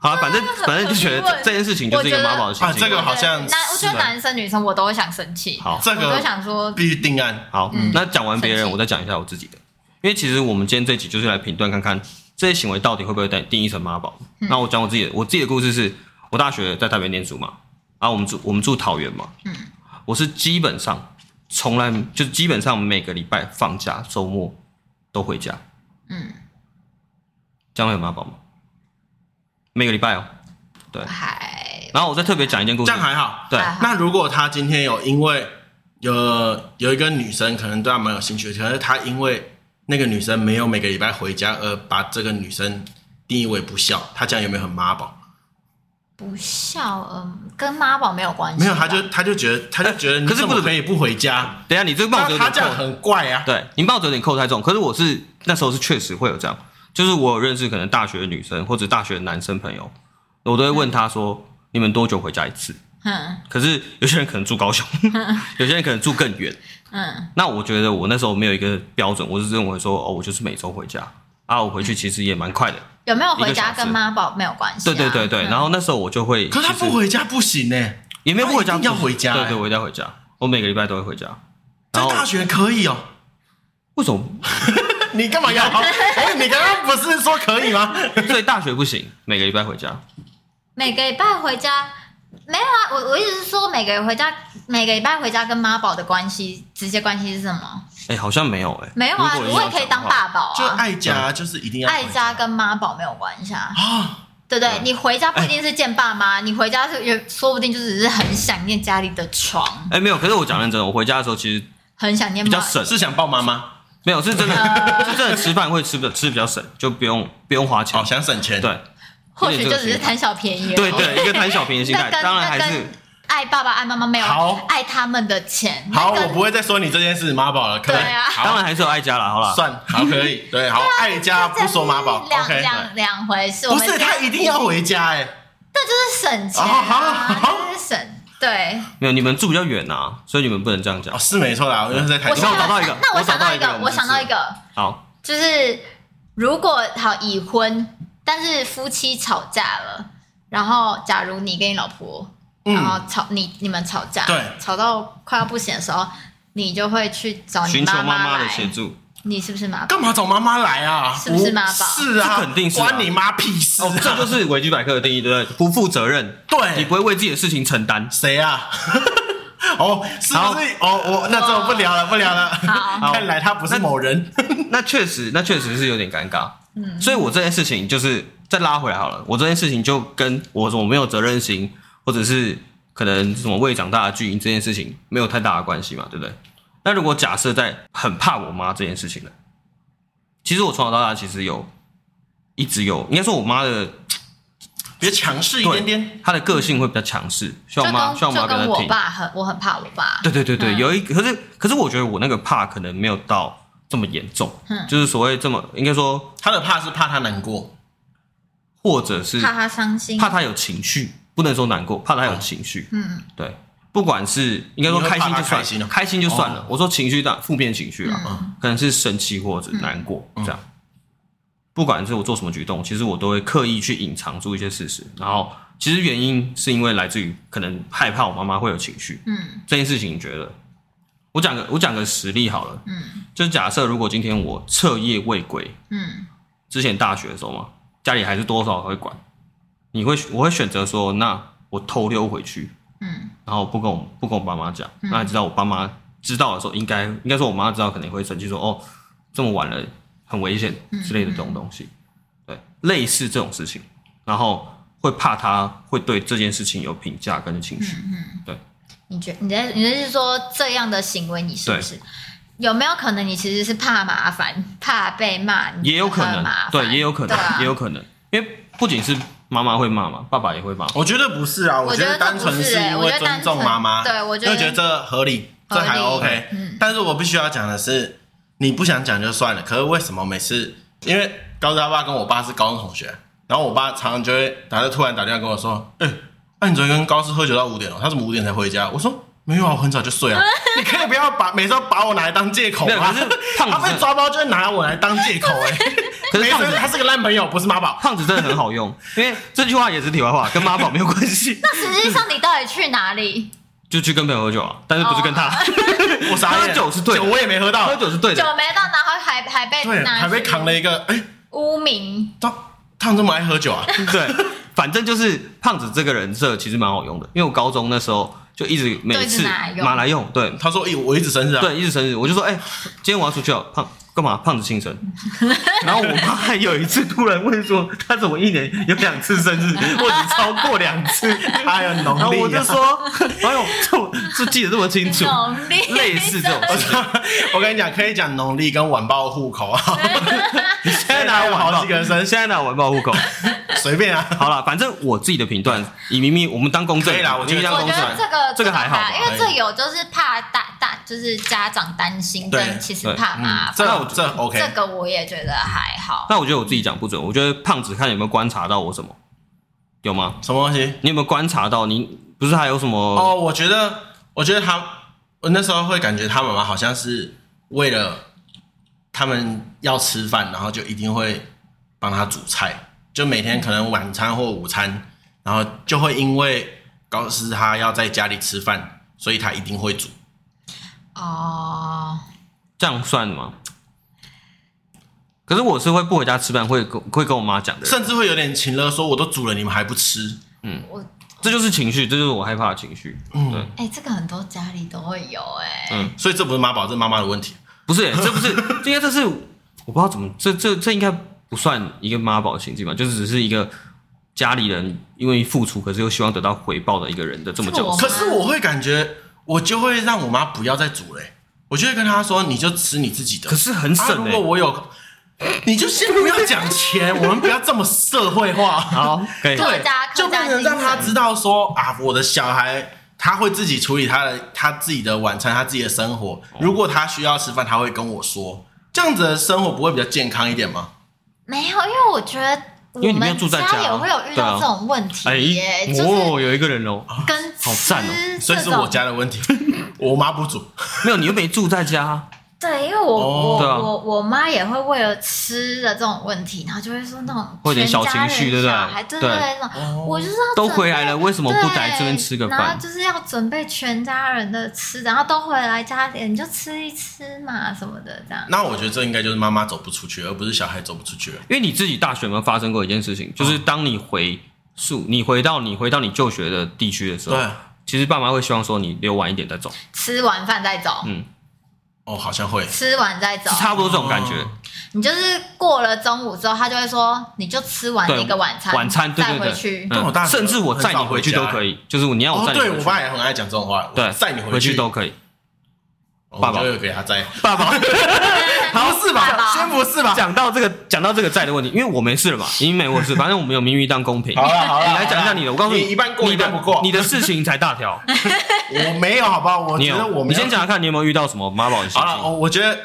A: 好了，反正
C: 很
A: 反正就觉
C: 很疑
A: 得
C: 问
A: 这件事情就是一个
C: 我觉得
A: 妈宝的行
B: 啊，
A: 径。
B: 这个好像
C: 男，我觉
B: 是
C: 得
B: 啊
C: 男生女生我都会想生气，
A: 好
B: 这
C: 我都会
B: 个
C: 想说，
B: 必须定案。
A: 好，
C: 嗯
A: 那讲完别
C: 生
A: 人，
C: 气
A: 我再讲一下我自己的，因为其实我们今天这集就是来评断看看这些行为到底会不会被定义成妈宝。
C: 嗯
A: 那我讲我自己的，我自己的故事是，我大学在台北念书嘛，啊，我们住我们住桃园嘛，嗯，我是基本上从来就是基本上每个礼拜放假周末都回家，
C: 嗯，
A: 这样会有妈宝吗？每个礼拜哦，
C: 还
A: 然后我再特别讲一件故
B: 这
A: 事
B: 样，还好。
A: 对，
C: 还好
B: 那如果他今天有因为有有一个女生可能对他蛮有兴趣的，可是他因为那个女生没有每个礼拜回家，而把这个女生定义为不孝，他这样有没有很妈宝？
C: 不孝，嗯，跟妈宝没有关系吧，
B: 没有，他就他就觉得他就觉得你
A: 可是
B: 怎
A: 不
B: 么
A: 能
B: 哎可以不回家？
A: 等一下你这个帽
B: 那
A: 子有
B: 他
A: 点
B: 这样
A: 扣，
B: 很怪啊。
A: 对你帽子有点扣太重，可是我是那时候是确实会有这样，就是我有认识可能大学的女生或者大学的男生朋友，我都会问他说、你们多久回家一次？
C: 嗯
A: 可是有些人可能住高雄， 有些人可能住更远。
C: 嗯
A: 那我觉得我那时候没有一个标准，我是认为说哦，我就是每周回家啊，我回去其实也蛮快的。
C: 有没有
A: 一
C: 回
A: 个小
C: 家
A: 时
C: 跟妈宝没有关嗯系啊、
A: 对对对对，
C: 嗯
A: 然后那时候我就会，
B: 可是他
A: 其实
B: 不回家不行呢、欸
A: 也没有不回家，
B: 他一定要回家
A: 对
B: 欸
A: 对，我一定要回家，我每个礼拜都会回家。
B: 在
A: 然后
B: 大学可以哦、
A: 为什么？
B: 你干嘛 要？哎，你刚刚不是说可以 吗？
A: 所以大学不行，每个礼拜回家。
C: 每个礼拜回家没有啊，我我意思是说每个礼拜回家每个礼拜回家跟妈宝的关系直接关系是什么？
A: 哎、好像没有哎、
C: 没有啊，
A: 如果
C: 我也可以当爸宝
B: 就
C: 啊。
B: 爱家就是一定要回
C: 爱家跟妈宝没有关系啊，
B: 啊，
C: 对不对？
A: 对
C: 你回家不一定是见爸
A: 哎
C: 妈，你回家是也说不定就只是很想念家里的床，
A: 哎、没有，可是我讲认真，我回家的时候其实
C: 很想念
A: 比较
C: 妈。
A: 省，
B: 是想抱妈妈，
A: 没有是真的，是真的吃饭会吃的吃比较省，就不用不用花钱
B: 好。哦想省钱。，
A: 对
C: 或许就只
A: 有点这个
C: 是
A: 心态
C: 贪小便宜而已。
A: 对对，一个贪小便宜的心
C: 那
A: 态，
C: 跟
A: 当然
C: 那
A: 还是
C: 跟爱爸爸爱妈妈没有
B: 好
C: 爱他们的钱，
B: 好，
C: 那
B: 我
C: 跟
B: 不会再说你这件事妈宝了，可以。
C: 对啊
A: 当
B: 好，
A: 然还是有爱家啦，好啦。
B: 算好可以，对，好，爱家不说妈宝
C: 这是两
B: ，OK。
C: 两两回事，我
B: 不
C: 们
B: 是他一定要回家哎，
C: 这是省钱
B: 哦好
C: 啊，
B: 好
C: 这是省对。
A: 没有，你们住比较远啊，所以你们不能这样讲
B: 哦，。是没错啦，我就是在台
C: 我
A: 你看
C: 想
A: 我找
B: 中
A: 到一个
C: 那
A: 我找
C: 想到
A: 到
C: 一
A: 一个
C: 个，
A: 我
C: 我
A: 们
C: 想到
A: 是
C: 一个，
A: 好，
C: 就是如果好已婚，但是夫妻吵架了，然后假如你跟你老婆，
B: 嗯
C: 然后吵你你们吵架，
B: 对
C: 吵到快要不行的时候，你就会去找哦你
A: 寻求妈
C: 妈
A: 妈
C: 来
A: 的协助。
C: 你是不是妈宝？
B: 干嘛找妈妈来啊？
C: 是不是妈宝
B: 是啊，
A: 这肯定是啊
B: 关你妈屁事啊
A: 哦，！这就是维基百科的定义，对不对？不负责任，
B: 对
A: 你不会为自己的事情承担。
B: 谁啊？ 哦，是不是？哦，我那这我不聊了，不聊了。
C: 好
B: 看来他不是某人。
A: 那确实，那确实是有点尴尬。嗯，所以我这件事情就是再拉回来好了。我这件事情就跟我我没有责任心，或者是可能什么未长大的巨婴这件事情没有太大的关系嘛，对不对？那如果假设在很怕我妈这件事情呢？其实我从小到大其实有一直有，应该说我妈的
B: 别强势一点点。
A: 她的个性会比较强势，希
C: 就
A: 望我妈
C: 跟
A: 希望我妈
C: 就
A: 跟她
C: 跟我
A: 挺。
C: 爸很，我很怕我爸。
A: 对对对对，
C: 嗯
A: 有一可是可是我觉得我那个怕可能没有到这么严重，
C: 嗯
A: 就是所谓这么应该说
B: 他的怕是怕他难过，
A: 或者是
C: 怕他伤心，
A: 怕他有情绪，不能说难过，怕他有情绪。
C: 嗯，
A: 对，不管是应该说
B: 你会
A: 开心
B: 怕
A: 就
B: 他
A: 算，
B: 开心哦
A: 就算了。我说情绪大，负面情绪啦，
B: 嗯
A: 可能是生气或者难过、这样。不管是我做什么举动，其实我都会刻意去隐藏住一些事实。然后，其实原因是因为来自于可能害怕我妈妈会有情绪，
C: 嗯
A: 这件事情，你觉得？我讲个我讲个实例好了，
C: 嗯
A: 就是假设如果今天我彻夜未归，
C: 嗯
A: 之前大学的时候嘛，家里还是多少会管，你会我会选择说，那我偷溜回去，
C: 嗯
A: 然后不跟我不跟我爸妈讲，那你知道我爸妈知道的时候，应该应该说我妈知道可能会生气说，哦，这么晚了很危险
C: 嗯
A: 之类的这种东西，对，类似这种事情，然后会怕他会对这件事情有评价跟情
C: 嗯
A: 绪，
C: 你觉你在你的意思是说这样的行为，你是不是有没有可能你其实是怕麻烦，怕被骂？你
A: 也有可
C: 觉得
A: 能
C: 麻，烦
A: 对，也有可能，
C: 对啊
A: 也有可能，因为不仅是妈妈会骂嘛，爸爸也会骂，
B: 我觉得不是啊，
C: 我
B: 觉
C: 觉
B: 得
C: 得
B: 单纯
A: 欸
B: 因为尊重妈妈，
C: 这不是欸我觉
B: 因为
C: 得单纯对我觉得
B: 觉得这合理，这还
C: 合理
B: OK。
A: 嗯
B: 但是我必须要讲的是，你不想讲就算了，可是为什么每次？因为高中他爸跟我爸是高中同学，然后我爸常常哦就会打，就突然打电话跟我说：“哎、那、你昨天跟高师喝酒到五点了、他怎么五点才回家？”我说：“没有啊，我很早就睡 啊。你可以不要把每次都把我拿来当借口
A: 没有，
B: 吗
A: 可？是胖
B: 他
A: 子真
B: 被
A: 的，
B: 抓包就会拿我来当借口哎、
A: 可
B: 没
A: 是
B: 事
A: 胖子，
B: 他是个烂朋友，不是妈宝。
A: 胖子真的很好 用，因为这句话也是题外话，跟妈宝没有关系，
C: 那实际上你到底去哪里？
A: 就去跟朋友喝酒啊，但是不是跟他，
B: 我傻眼，
A: 喝酒是对的
B: 酒我也没
C: 哦
B: 喝到
A: 喝，酒是对
C: 酒
A: 的，
C: 没到，然后还还 被
B: 对，
C: 拿去
B: 还被扛了一个，哎、
C: 污名。
B: 他他们这么爱喝酒啊？
A: 对，反正就是胖子这个人设其实蛮好用的，因为我高中那时候就一直每
C: 就一直
A: 次
C: 拿来用
A: 拿来用，对，
B: 他说，哎、我一直生日啊，
A: 对，一直生日，我就说，哎、今天我要出去了，胖干嘛？胖子庆 生。然后我妈还有一次突然问说，她怎么一年有两次生日，或者超过两次？
B: 哎呀，农
A: 然后
B: 历、啊，
A: 我就说， 哎呦，就就记得这么清楚，
C: 农历
A: 类似这种事情。
B: 我跟你讲，可以讲农历跟晚报户口啊，
A: 现在哪有晚
B: 好
A: 报
B: 几？个生，
A: 现在哪有晚报户口？
B: 随便啊。
A: 好了，反正我自己的评断，以明明我们当公证
B: 可以啦我觉得
A: 明明当
C: 我
A: 公
C: 觉
A: 证
C: 得这个
A: 这个还好吧
C: 因为这有就是怕大大就是家长担心，
B: 对
C: 跟其实
A: 对嗯
C: 怕麻
B: 嗯
C: 烦。
B: 这
A: 那我
B: 这 OK，
C: 这个我也觉得还好。
A: 那我觉得我自己讲不准，我觉得胖子看有没有观察到我什么，有吗？
B: 什么东西？
A: 你有没有观察到？你不是还有什么？
B: 哦，我觉得，我觉得他，我那时候会感觉他妈妈好像是为了他们要吃饭，然后就一定会帮他煮菜，就每天可能晚餐或午餐，然后就会因为高斯他要在家里吃饭，所以他一定会煮。
C: 哦，
A: 这样算吗？可是我是会不回家吃饭，会跟会跟我妈讲的人，
B: 甚至会有点情了，说我都煮了，你们还不吃？
A: 嗯
C: 我
A: 这就是情绪，这就是我害怕的情绪。对
B: 嗯，
C: 哎、这个很多家里都会有哎、
A: 嗯
B: 所以这不是妈宝，这是妈妈的问题。
A: 不是、这不是，应该这是我不知道怎么，这这这应该不算一个妈宝的行径吧？就是只是一个家里人因为付出，可是又希望得到回报的一个人的这么
C: 这个
A: 角
C: 我
A: 色。
B: 可是我会感觉，我就会让我妈不要再煮嘞、欸我就会跟她说，你就吃你自己的
A: 可。是很
B: 啊，
A: 省
B: 如
A: 哎、
B: 果我有，你就先不要讲钱，我们不要这么社会 化。
A: 好，可以。
C: 对客
B: 对
C: 家，
B: 就
C: 客家
B: 变成
C: 精
B: 让他
C: 神
B: 知道说啊，我的小孩他会自己处理他的他自己的晚餐，他自己的生活。如果他需要吃饭，他会跟我说。这样子的生活不会比较健康一点吗？
C: 没有，因为我觉得我
A: 因为你没有
C: 们
A: 住在家啊
C: 也会有遇到这种问题
A: 哎、
C: 耶，就是
A: 哦，有一个人哦，
C: 跟
A: 好赞哦
C: 吃
B: 所以
C: 这
B: 是
C: 种、
B: 我家的问题， 我妈不煮。
A: 没有，你又没住在家，
C: 对，因为我、
B: 哦
A: 对啊
C: 我我我妈也会为了吃的这种问题，然后就会说那种
A: 会有点
C: 全家
A: 小情绪
C: 人
A: 对不对
C: 小孩对
A: 对
C: 对对，那种我就是要
A: 都回来了，
C: 准备。
A: 为什么
C: 对，
A: 不来这边吃个
C: 然
A: 饭
C: 后？就是要准备全家人的吃，然后都回来家里，你就吃一吃嘛，什么的这样。
B: 那我觉得这应该就是妈妈走不出去，而不是小孩走不出去了。
A: 因为你自己大学有没有发生过一件事
B: 哦
A: 情，就是当你回宿，你回到你回到你就学的地区的时候，
B: 对，
A: 其实爸妈会希望说你留晚一点再走，
C: 吃完饭再走，
A: 嗯，
B: 哦，好像会。
C: 吃完再走
A: 是，差不多这种感觉。
B: 啊哦
C: 你就是过了中午之后，他就会说你就吃完
A: 对
C: 啊那个晚餐，
A: 晚餐对
C: 再
A: 对嗯
C: 回
A: 对，
C: 去。
B: 但我大学
A: 甚至我载你回去都可以，就是你要我
B: 哦，
A: 载你
B: 对
A: 回
B: 我
A: 去，
B: 爸也很爱讲这种话，
A: 对，
B: 载你
A: 回
B: 去，
A: 都可以。
B: 我
A: 爸爸
B: 就会给他载。
A: 爸 爸，好
B: 不是吧？先不是吧？
A: 讲到这个讲到这个债的问题，因为我没事了嘛，你没 我事，反正我们有名誉当公平。
B: 好了好了，
A: 你来讲一下你的，我告诉
B: 你一半过
A: 你
B: 一
A: 的
B: 半不过，
A: 你的事情才大 条。
B: 我没有，好不好？我
A: 你
B: 觉得我
A: 有，你
B: 没有
A: 先讲讲看，你有没有遇到什么妈宝的事
B: 好了。
A: 情？
B: 我我觉得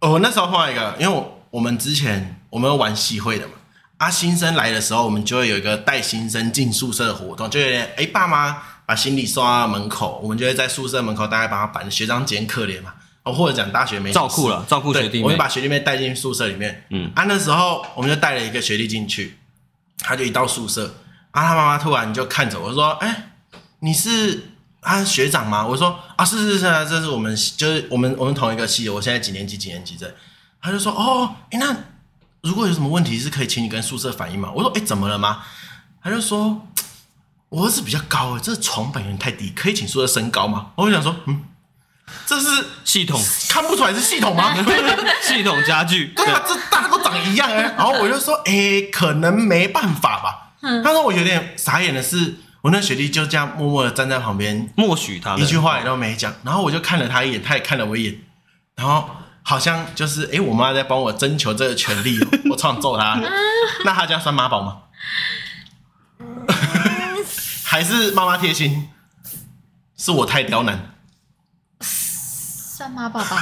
B: 我那时候换一个，因为我我们之前我们有玩系会的嘛，啊，新生来的时候，我们就会有一个带新生进宿舍的活动，就有点哎、爸妈把行李送到门口，我们就会在宿舍门口大概帮他搬，学长姐很可怜嘛，哦，或者讲大学没
A: 照顾了，照顾
B: 对，
A: 学弟
B: 我
A: 妹
B: 们。把学弟妹带进宿舍里面。
A: 嗯
B: 嗯，啊，那时候我们就带了一个学弟进去，他就一到宿舍，啊，他妈妈突然就看着我说：“哎、你是啊学长吗？”我说：“啊，是是是啊，这是我们系就是我们我们同一个系的，我现在几年级几年级这。”他就说：“哦，哎、那如果有什么问题是可以请你跟宿舍反映吗？”我说：“哎、怎么了吗？”他就说。我儿子比较高哎，这床板有点太低，可以请宿舍升高吗？我就想说，嗯，这是
A: 系 统
B: 看不出来是系统吗？
A: 系统家具，
B: 对啊，这大家都长一样 哎、然后我就说，哎、可能没办法吧。他说我有点傻眼的是，我那学弟就这样默默的站在旁边，
A: 默许他的
B: 一句话也都没讲。然后我就看了他一眼，他也看了我一眼，然后好像就是，哎、我妈在帮我征求这个权 利哦、我超想揍他。那他这样算妈宝吗？嗯 还是妈妈贴心？是我太刁难。
C: 算妈宝吧，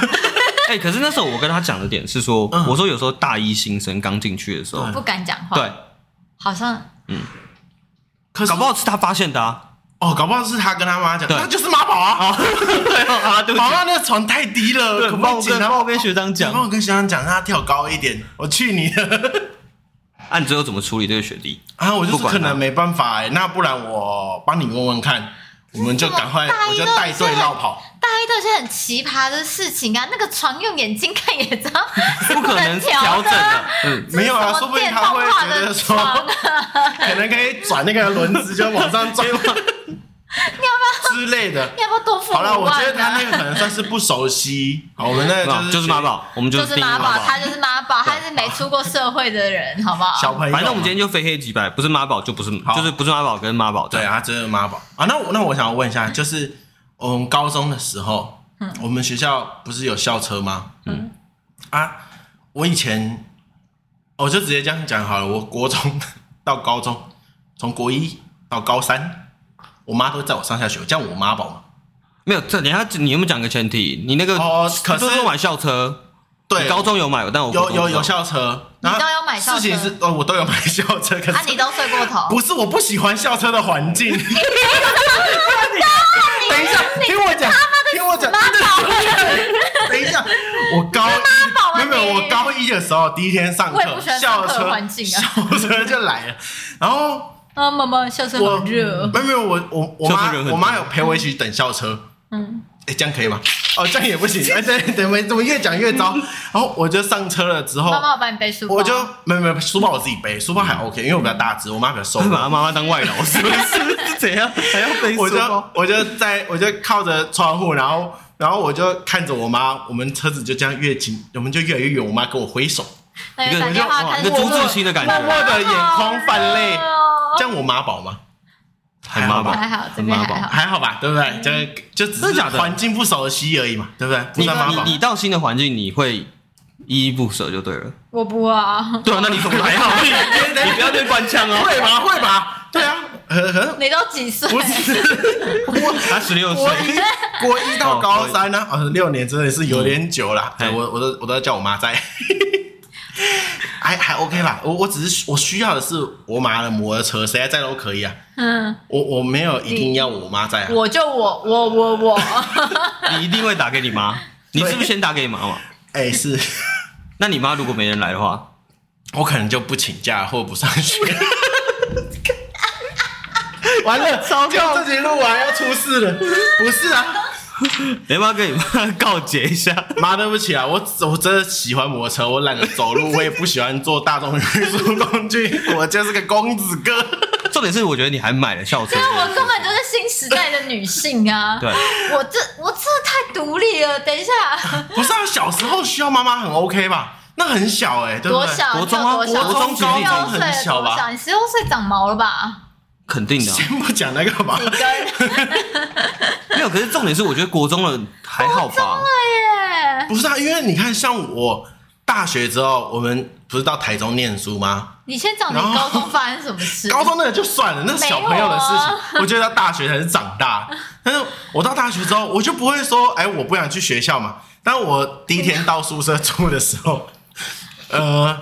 A: 哎、可是那时候我跟他讲的点是说，
B: 嗯
A: 我说有时候大一新生刚进去的时候，
B: 对
C: 不敢讲话。
A: 对，
C: 好像
B: 可是
A: 搞不好是他发现的啊。
B: 哦，搞不好是他跟他妈讲，
A: 对
B: 那就是妈宝啊，
A: 对哦啊，对不
B: 妈
A: 起，
B: 妈那个床太低了，
A: 对，
B: 可不
A: 帮
B: 可以
A: 我
B: 请
A: 跟
B: 他
A: 帮我跟学长 讲
B: 帮。我跟学长讲，让他跳高一点。我去你的！
A: 啊，你最后怎么处理这个学弟？
B: 啊，我就
A: 不
B: 是
A: 管他
B: 可能没办法哎、那不然我帮你问问看，我们就赶快，
C: 这么大
B: 我
C: 一
B: 就
C: 个
B: 带队绕跑。
C: 大一都有些很奇葩的事情啊，那个床用眼睛看也 知道是
A: 不可能调
C: 调
A: 整
C: 的
A: 的
C: 啊。，
A: 嗯，
B: 没有啊，
C: 这是什
B: 说
C: 么
B: 不定他会
C: 电动化
B: 觉
C: 的
B: 得说，
C: 床啊
B: 可能可以转那个轮子就往上转 之类的。
C: 要不要多付
B: 好了，
C: 五
B: 我
C: 万
B: 觉得他那个
C: 啊
B: 可能算是不熟悉。好，我们那个
A: 啊就是妈，宝，我们就
C: 就是是
A: 定义
C: 妈
A: 宝
C: 宝，。他就是妈宝，他是没出过社会的人，好不好？
B: 小朋友嘛。
A: 反正我们今天就非黑即白，不是妈宝就不是，
B: 好
A: 就是不是妈宝跟妈宝这
C: 嗯
B: 对
A: 样。
B: 啊，真的妈宝啊。那我那我想问一下，就是我们高中的时候，
C: 嗯
B: 我们学校不是有校车吗？
A: 嗯
B: 啊，我以前我就直接这样讲好了。我国中到高中，从国一到高三，我妈都载我上下学，这样我妈宝吗？
A: 没有，这等一下你有没有讲个前提？你那个
B: 哦可是
A: 不是买校车，
B: 对，
A: 你高中有买，但我
B: 有有有
A: 校，
B: 校车，
C: 你
B: 然后
C: 都有买校车
B: 事情是哦，我都有买校车，可是、
C: 啊，你都睡过头，
B: 不是我不喜欢校车的环 境。等一下，听我讲，听我讲， 等一下，我高
C: 啊宝
B: 一没
C: 吗
B: 有没有，
C: 你
B: 我高一的时候第一天上
C: 我也
B: 课
C: 不喜，欢上
B: 校
C: 课
B: 车
C: 环境啊
B: 校车就来了，然后
C: 啊，妈妈校车
B: 我
C: 好
B: 没
C: 热，
B: 有没有我我我
A: 校车
B: 妈
A: 人很多
B: 我妈有陪我一起等校车，
C: 嗯，
B: 哎，这样可以吗？哦，这样也不行， 哎，对对，没怎么越讲越 糟，然后我就上车了之后
C: 妈。妈我帮你背书包，
B: 我就没有没有书包我自己背，书包还 OK，因为我比较大只，我妈比较瘦
A: 我
B: 弱
A: 把，他妈妈当外劳是不是？是怎样还要背书
B: 我就
A: 包？
B: 我就在我就靠着窗户，然后然后我就看着我妈，我们车子就这样越近，我们就越来越远，我妈跟我挥手，
A: 哦
C: 那就打电话开
A: 一个
C: 始
A: 朱自清的感觉
B: 默默的眼眶泛泪，这样我妈宝吗？
A: 很妈宝，
C: 还好这
A: 很
C: 边
A: 妈
C: 还
A: 宝。
C: 好，
B: 还好吧，对不对？
A: 嗯
B: 就就只
A: 真
B: 是
A: 的假的
B: 环境不熟悉而已嘛，对不对？不
A: 你
B: 算妈宝
A: 你。你到新的环境，你会依依不舍就对了。
C: 我不啊，
A: 对啊，那你 怎么还好？你 你不要对官腔哦。
B: 会吧，会吧，对啊，呵呵，
C: 你都几岁？
B: 不是我。
A: 他十六岁
B: 国，一 国一到高三呢、哦，六年真的是有点久了、
A: 嗯
B: 对我我都我都要叫我妈在， 还还 OK 啦。我我只是我需要的是我妈的摩托车，谁来载都可以啊。
C: 嗯，
B: 我我没有一定要我妈在啊。
C: 我就我我我我，
A: 你一定会打给你妈。你是不是先打给你妈妈？
B: 哎、是
A: 那你妈如果没人来的话，
B: 我可能就不请假或不上 学。完了，就自己录完要出事了。不是啊，
A: 你要不要跟你妈 告解一下？
B: 妈，对不起啊，我我真的喜欢摩托车，我懒得走 路，我也不喜欢坐大众运输工具， 我就是个公子哥。
A: 重点是，我觉得你还买了校车
C: 因为。啊我根本就是新时代的女性啊，
A: 对，
C: 我这我真的太独立了。等一下，
B: 不是啊，小时候需要妈妈很 OK 吧？那很小哎、对不对？
C: 多小？
A: 国
C: 你知
A: 中
C: 道
A: 啊
C: 多小？
A: 国中其实已经
C: 16岁
B: 很小吧
C: 多小你十六岁长毛了吧？
A: 肯定的啊、
B: 先不讲那个吧
C: 你。跟
A: 没有。可是重点是，我觉得国中的还好
C: 啊
A: 吧。
C: 对耶，
B: 不是啊，因为你看，像我大学之后，我们不是到台中念书吗？
C: 你先讲你
B: 然后
C: 高中发生什么事？
B: 高中那个就算了，那是小朋友的事
C: 没有啊
B: 情。我觉得到大学才是长大。但是我到大学之后，我就不会说，哎，我不想去学校嘛。但我第一天到宿舍住的时候，呃，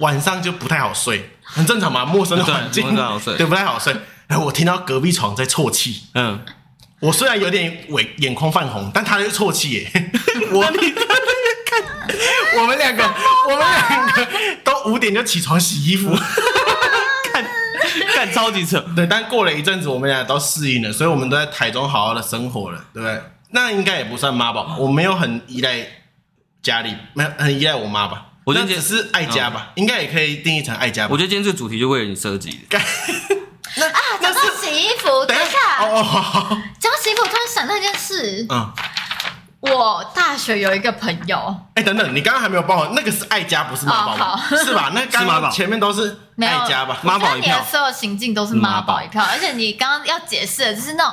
B: 晚上就不太好睡，很正常嘛，陌生的环境，
A: 对不太好睡
B: 对，不太好睡。哎，我听到隔壁床在啜泣。
A: 嗯，
B: 我虽然有点尾眼眶泛红，但他就是啜泣耶。我你看，我们两个，我们两个都五点就起床洗衣服。
A: 干超级扯。
B: 对，但过了一阵子，我们俩都适应了，所以我们都在台中好好的生活了，对不对？那应该也不算妈宝，我没有很依赖家里，没有很依赖我妈吧。
A: 我就
B: 那
A: 觉得嗯
B: 只是爱家吧，应该也可以定义成爱家吧。
A: 我觉得今天这个主题就为了你设计的。
B: 干， 那
C: 啊，讲到洗衣服，等
B: 等
C: 一
B: 一下，
C: 下，
B: 哦哦好，好
C: 讲到洗衣服，我突然想到一件事，
B: 嗯，
C: 我大学有一个朋友，
B: 哎，等等，你刚刚还没有帮我，那个是爱家，不是妈宝
C: 哦
B: 吧？
C: 好
B: 是吧？那刚
A: 是妈宝
B: 刚前面都是
C: 没有
B: 爱家吧？
A: 妈宝一票
C: 你的所有行径都是妈宝一票，而且你刚刚要解释的，就是那种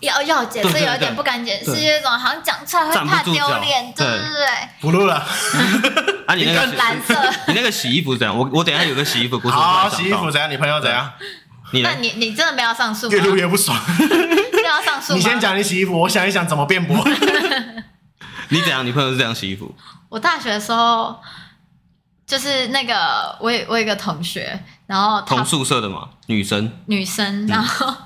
C: 要要解
A: 对
C: 释，
A: 对对
C: 有一点不敢解释，
A: 对
C: 有一种好像讲出来会
A: 站不
C: 怕
A: 住
C: 丢
A: 脚
C: 脸，对
A: 对
C: 对对
B: 不录了。
A: 啊，你那个
C: 对，蓝色。
A: 你那个洗衣服是怎样？我我等一下有个洗衣服故事。
B: 好，洗衣服，怎样？你朋友怎样？
A: 你
C: 那
A: 来。
C: 你你真的没有上诉吗？
B: 越录越不爽。
C: 真的要上诉吗？
B: 你先。讲你洗衣服，我想一想怎么辩驳。
A: 你怎样？你朋友是这样洗衣服？
C: 我大学的时候，就是那个我有我有一个同学，然后她
A: 同宿舍的嘛，女生。
C: 女生，然后她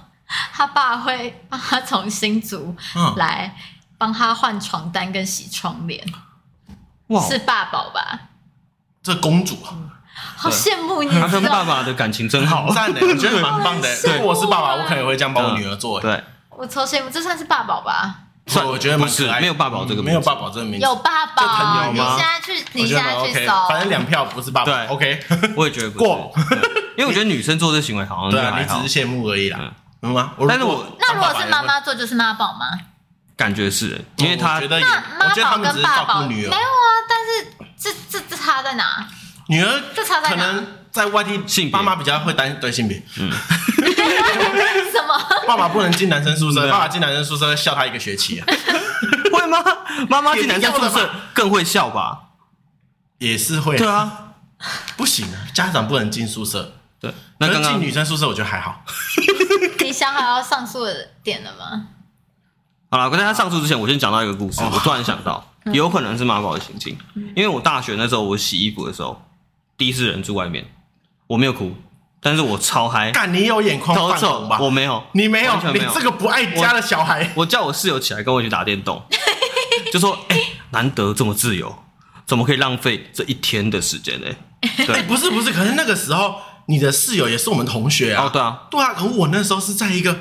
C: 他爸会帮他从新竹
B: 嗯，
C: 来帮他换床单跟洗窗帘，
B: 哦
A: 哇，
C: 是爸宝吧？
B: 这公主
A: 嗯
B: 啊，
C: 好羡慕你，
A: 他跟
C: 知道
A: 爸爸的感情真好嗯
B: 很。赞的，我觉 得蛮棒的。
C: 好羡慕啊
B: 如果我是爸爸，我可能也会这样帮我女儿做。
A: 欸对，
C: 我超羡慕，这算是爸宝吧？
A: 算
B: 我觉得蛮可
A: 不
B: 爱
A: 是
B: 的。
A: 没有爸宝这个名字
B: 没有爸宝这个名字，
C: 有爸
B: 这朋
C: 宝，
B: 友
C: 你
B: 吗
C: 现在去，你
B: 我觉
C: 现
B: 得蛮
C: 在
B: OK
C: 去
B: 的。
C: 搜，啊
B: 反正两票不是爸爸
A: 对
B: ，OK。
A: 我也觉得不是
B: 过，
A: 对因为我觉得女生做这行为好像就
B: 对啊，
A: 还
B: 你
A: 好嗯
B: 只，是羡慕而已啦，明白吗？如果
A: 但是我
C: 那
B: 当
C: 如果
B: 爸爸
C: 是
B: 也
C: 妈
B: 会，
C: 妈做，就是妈宝吗？
A: 感觉是，因为
B: 哦我
A: 他
B: 觉得也，
C: 那
B: 我觉得他
C: 妈宝
B: 们只
C: 跟
B: 是
C: 爸
B: 照
C: 宝
B: 顾女
C: 没有
B: 儿，
C: 啊，但是这这这差在哪？
B: 女儿
C: 这差在
B: 可
C: 哪
B: 能在外地，
A: 性别
B: 爸妈比较会担对性别，
C: 什么？
B: 爸爸不能进男生宿
A: 对
B: 舍，
A: 啊
B: 爸爸进男生宿舍会笑他一个学 期啊，
A: 会吗？妈妈进男生宿舍更会笑吧？
B: 也是会，
A: 对，啊，
B: 不行啊，家长不能进宿舍，
A: 对。那
B: 那
A: 刚
B: 进
A: 刚
B: 女生宿舍我觉得还好，
C: 你想好要上诉的点了吗？
A: 好了，跟大家上诉之前，我先讲到一个故事，
B: 哦
A: 我突然想到，有可能是妈宝的行径，因为我大学那时候我洗衣服的时候，第一次人住外面，我没有哭，但是我超嗨，
B: 干你有眼眶
A: 超
B: 泛
A: 臭
B: 红吧，？
A: 我没有，
B: 你没有
A: 完，全
B: 你
A: 没有
B: 这个不爱家的小孩，
A: 我叫我室友起来跟我一起打电动，就说：“哎、难得这么自由，怎么可以浪费这一天的时间呢、
B: 哎、
A: 对，
B: 不是不是，可是那个时候你的室友也是我们同学啊，
A: 哦，对啊，
B: 对啊，可我那时候是在一个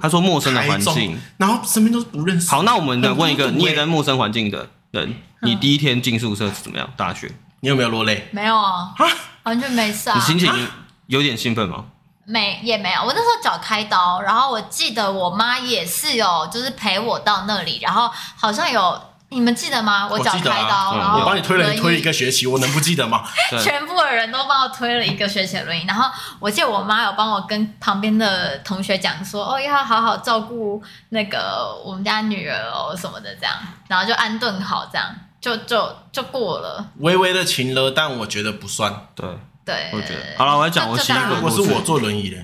A: 他说陌生的
B: 台
A: 环
B: 中
A: 境。，
B: 然后身边都是不认识，
A: 好，那我们
B: 很
A: 的
B: 孤
A: 问一个，
B: 独
A: 你也
B: 欸
A: 在陌生环境的人，你第一天进宿舍是怎么样？大学，
B: 你有没有落泪？
C: 没有啊，完全没事啊
A: 你，心情有点兴奋吗？
C: 没也没有。我那时候脚开刀，然后我记得我妈也是有，就是陪我到那里，然后好像有你们记得吗？我脚
B: 记
C: 开
B: 得啊
C: 刀，
A: 嗯
C: 然后
B: 我帮你推了
C: 轮椅
B: 推一个学期，我能不记得吗？
A: 对，
C: 全部的人都帮我推了一个学姐轮椅，然后我记得我妈有帮我跟旁边的同学讲说，哦，要好好照顾那个我们家女儿哦什么的，这样，然后就安顿好，这样就就就过了。
B: 微微的情了，但我觉得不算。
A: 对，
C: 对，
A: 我觉得好了我要讲
C: 就
A: 我
C: 就
A: 媳妇
C: 这
B: 但
C: 样
B: 如果是我坐轮椅的，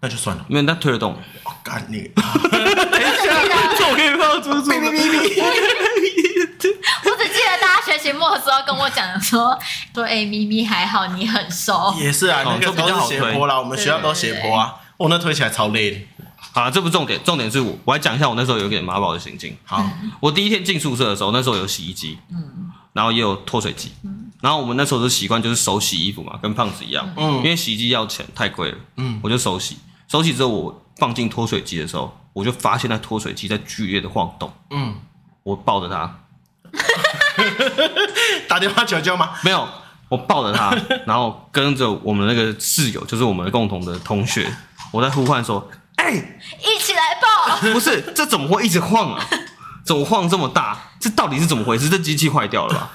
B: 那就算了。
A: 因为他推得动。
B: 哦，干你！
A: 等一下， 这我可以放出去
C: 我只记得大家学期末的时候跟我讲说， 说哎、咪咪还好，你很瘦。
B: 也是啊，
A: 哦
B: 那个都是斜坡啦，我们
C: 对
B: 学校都斜坡啊。我那推起来超累的。
A: 好，这不重点，重点是我，我来讲一下我那时候有一点妈宝的行径。
B: 好，
A: 我第一天进宿舍的时候，那时候有洗衣机，然后也有脱水机，然后我们那时候的习惯就是手洗衣服嘛，跟胖子一样，
B: 嗯
A: 因为洗衣机要钱太贵了，
B: 嗯
A: 我就手洗，手洗之后我放进脱水机的时候，我就发现那脱水机在剧烈的晃动，
B: 嗯，
A: 我抱着它，
B: 打电话求救吗？
A: 没有，我抱着 它，然后跟着我们那个室友，就是我们共同的同学，我在呼唤说，哎、
C: 一起来抱，
A: 不是，这怎么会一直晃啊？怎么晃这么大？这到底是怎么回事？这机器坏掉了吧？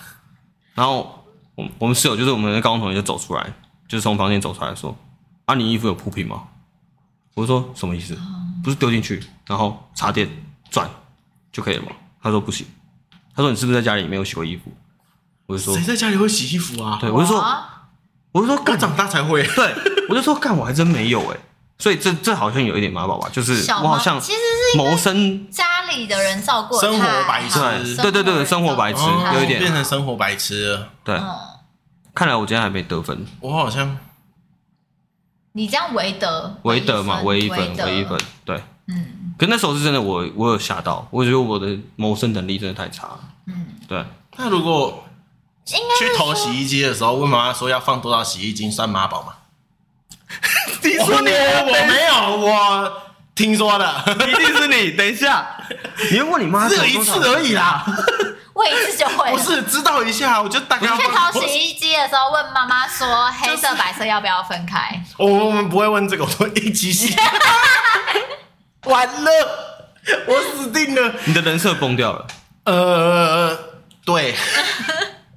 A: 然后我我们室友就是我们的高中同学就走出来，就是从房间走出来说：“啊，你衣服有铺平吗？”我就说什么意思？不是丢进去，然后插电转就可以了吗？他说不行，他说你是不是在家里没有洗过衣服？我就说
B: 谁在家里会洗衣服啊？
A: 对，我就说我就说
B: 我
A: 干
B: 长大才会。
A: 对，我就说干我还真没有哎、所以这这好像有一点妈宝吧，就是
C: 小
A: 我好
C: 猫
A: 像
C: 其实是
A: 谋生
C: 家里的人照顾得
B: 生活
C: 太
B: 白痴
C: 好
A: 对
B: 对
A: 对对
C: 人
A: 生活
C: 照顾
A: 白痴
C: 得太
A: 有一点
B: 哦变成生活白痴了。
A: 对，
C: 嗯。
A: 看来我今天还没得分，
B: 我好像
C: 你这样唯德，
A: 唯德嘛，唯
C: 唯
A: 一分，
C: 德
A: 唯一分，，对。
C: 嗯
A: 可那时候是真的我，我有吓到，我觉得我的谋生能力真的太差了。
C: 嗯，
A: 对，
B: 那如果
C: 应该
B: 去
C: 是
B: 投
C: 说
B: 洗衣机的时候，问妈妈说要放多少洗衣精算妈宝吗？
A: 你
B: 我我没有，我听说的，
A: 一定是你。等一下，你要问你妈
B: 只有一次而已啦。
C: 哎我一次就会
B: 不
C: 了。
B: 是知道一下，我就大概
C: 去
B: 要
C: 投洗衣机的时候，问妈妈说黑色白色要不要分开？
B: 我我们不会问这个，我说一起洗。 完了，我死定了。
A: 你的人设崩掉了。
B: 呃， 对，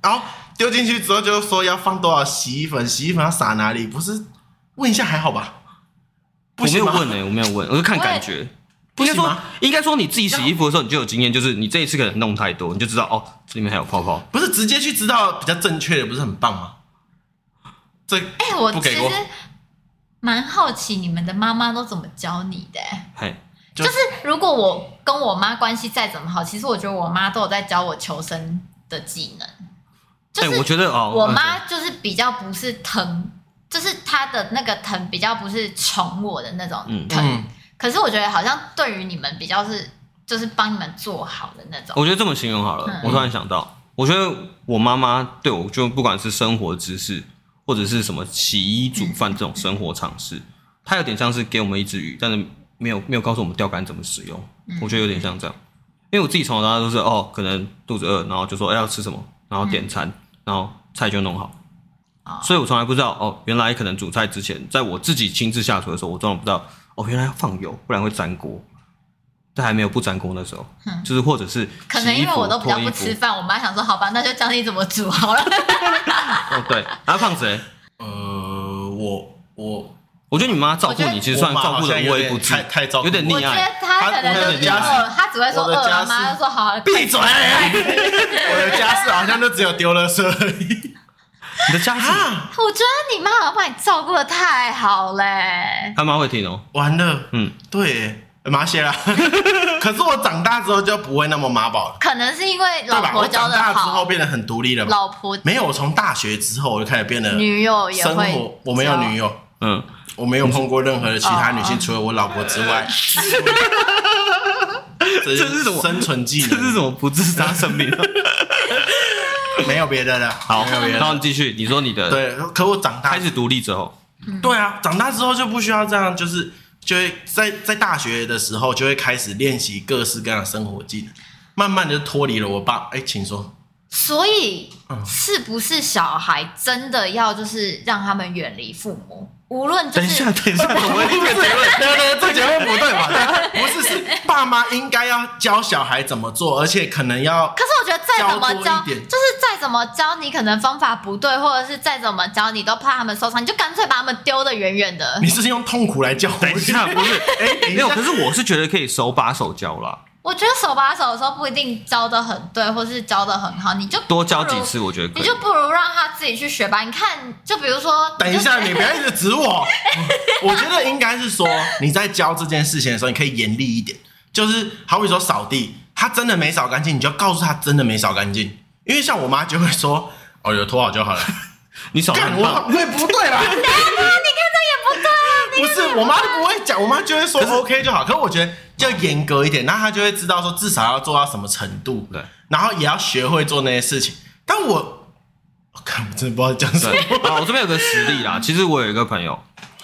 B: 然后丢进去之后就说要放多少洗衣粉，洗衣粉要撒哪里？不是问一下还好吧？不
A: 我没
B: 行
A: 有
B: 吗
A: 问欸呢、我没有问，我是看感觉。
B: 不
A: 应该
B: 行
A: 说
B: 吗，
A: 应该说你自己洗衣服的时候，你就有经验，就是你这一次可能弄太多，你就知道哦，这里面还有泡泡。
B: 不是直接去知道比较正确的，不是很棒吗？这
C: 哎、我
B: 不
C: 其
B: 给
C: 实
B: 过，
C: 蛮好奇你们的妈妈都怎么教你的、欸
A: 嘿，
B: 就
C: 就是如果我跟我妈关系再怎么好，其实我觉得我妈都有在教我求生的技能。就
A: 哎、
C: 是
A: 我觉得哦，
C: 我
A: 嗯
C: 妈就是比较不是疼，就是她的那个疼比较不是宠我的那种
A: 嗯
C: 疼，
B: 嗯，
C: 可是我觉得好像对于你们比较是，就是帮你们做好的那种。
A: 我觉得这么形容好了。
C: 嗯
A: 我突然想到，我觉得我妈妈对我，就不管是生活知识，或者是什么洗衣、煮饭这种生活常识，她有点像是给我们一支鱼，但是没有没有告诉我们钓竿怎么使用。我觉得有点像这样，因为我自己从小到大都是哦，可能肚子饿，然后就说、哎要吃什么，然后点餐，然后菜就弄好。
C: 哦
A: 所以我从来不知道哦，原来可能煮菜之前，在我自己亲自下厨的时候，我从来不知道哦，原来要放油，不然会粘锅。在还没有不粘锅的时候，
C: 嗯
A: 就是或者是
C: 可能
A: 洗衣
C: 因为
A: 服
C: 我都比较
A: 脱衣
C: 不
A: 服
C: 吃饭，我妈想说好吧，那就教你怎么煮 好了。
A: 哦， 对，然后胖子欸，
B: 呃，我我
A: 我觉得你妈照顾
C: 我觉
A: 你，
C: 得
A: 其实算照顾的无微不至
B: 太，太照顾
A: 有点
B: 我
C: 我
A: 溺
C: 觉得
A: 爱。
C: 她可能就是
A: 她
B: 我
C: 饿，她只会说
B: 我的
C: 饿
B: 家
C: 了，
B: 是
C: 妈就说好了。
B: 闭嘴！我的家事好像就只有丢了水而已。
A: 你的家事，
C: 我觉得你妈好像把你照顾的太好嘞。
A: 他妈会听哦。
B: 完了，
A: 嗯，
B: 对耶，麻血啦。 可是我长大之后就不会那么妈宝了，
C: 可能是因为
B: 对
C: 老
B: 吧？
C: 婆
B: 我
C: 教
B: 长
C: 的
B: 大之后
C: 好，
B: 变得很独立了嘛。
C: 老婆
B: 没有，我从大学之后我就开始变得
C: 女友也
B: 生
C: 会
B: 活，我没有女
C: 友，
B: 友，
A: 嗯，
B: 我没有碰过任何的其他女
C: 哦
B: 性，除了我老婆之外。这
A: 这是什么
B: 生存 技
A: 这是
B: 能？
A: 什么不自杀啊生命？
B: 没有别的了。
A: 好，
B: 没有别
A: 然后
B: 的。
A: 你继续，你说你的
B: 对，可我长大
A: 开始独立之后，
B: 对啊，长大之后就不需要这样，就是就会在在大学的时候就会开始练习各式各样的生活技能，慢慢的脱离了我爸。哎，请说，
C: 所以
B: 嗯
C: 是不是小孩真的要就是让他们远离父母？无论就
A: 等一
C: 是
A: 下，等一 下，我们这个结论，
B: 对对，这节目不对吧？不是，是爸妈应该要教小孩怎么做，而且可能要
C: 可是我觉得再怎么
B: 教
C: 教，
B: 多一点
C: 就是再怎么教你，可能方法不对，或者是再怎么教你都怕他们受伤，你就干脆把他们丢得远远的
B: 你。是用痛苦来教我。
A: 等一下，不是，
B: 哎，
A: 没有。可
B: 是
A: 是我是觉得可以手把手教啦，
C: 我觉得手把手的时候不一定教的很对，或是教的很好，你就
A: 多教
C: 不如
A: 几，次，我觉得可
C: 你
A: 以
C: 就。不如让他自己去学吧。你看，就比如说，
B: 等一
C: 就
B: 下，你不要一直指我。我觉得应该是说，你在教这件事情的时候，你可以严厉一点，就是好比说扫地，他真的没扫干净，你就要告诉他真的没扫干净。因为像我妈就会说：“哦，有拖好就好了。
A: 你”手
B: 干，
A: 很棒，
B: 我对不对 啦？ 不啊是，我妈就不会讲，我妈就会说 OK 就好。可是我觉得就严格一点，那她就会知道说至少要做到什么程度，
A: 对，
B: 然后也要学会做那些事情。但我，我看我真的不知道讲什 么。
A: 对啊，我这边有个实例啦。其实我有一个朋友，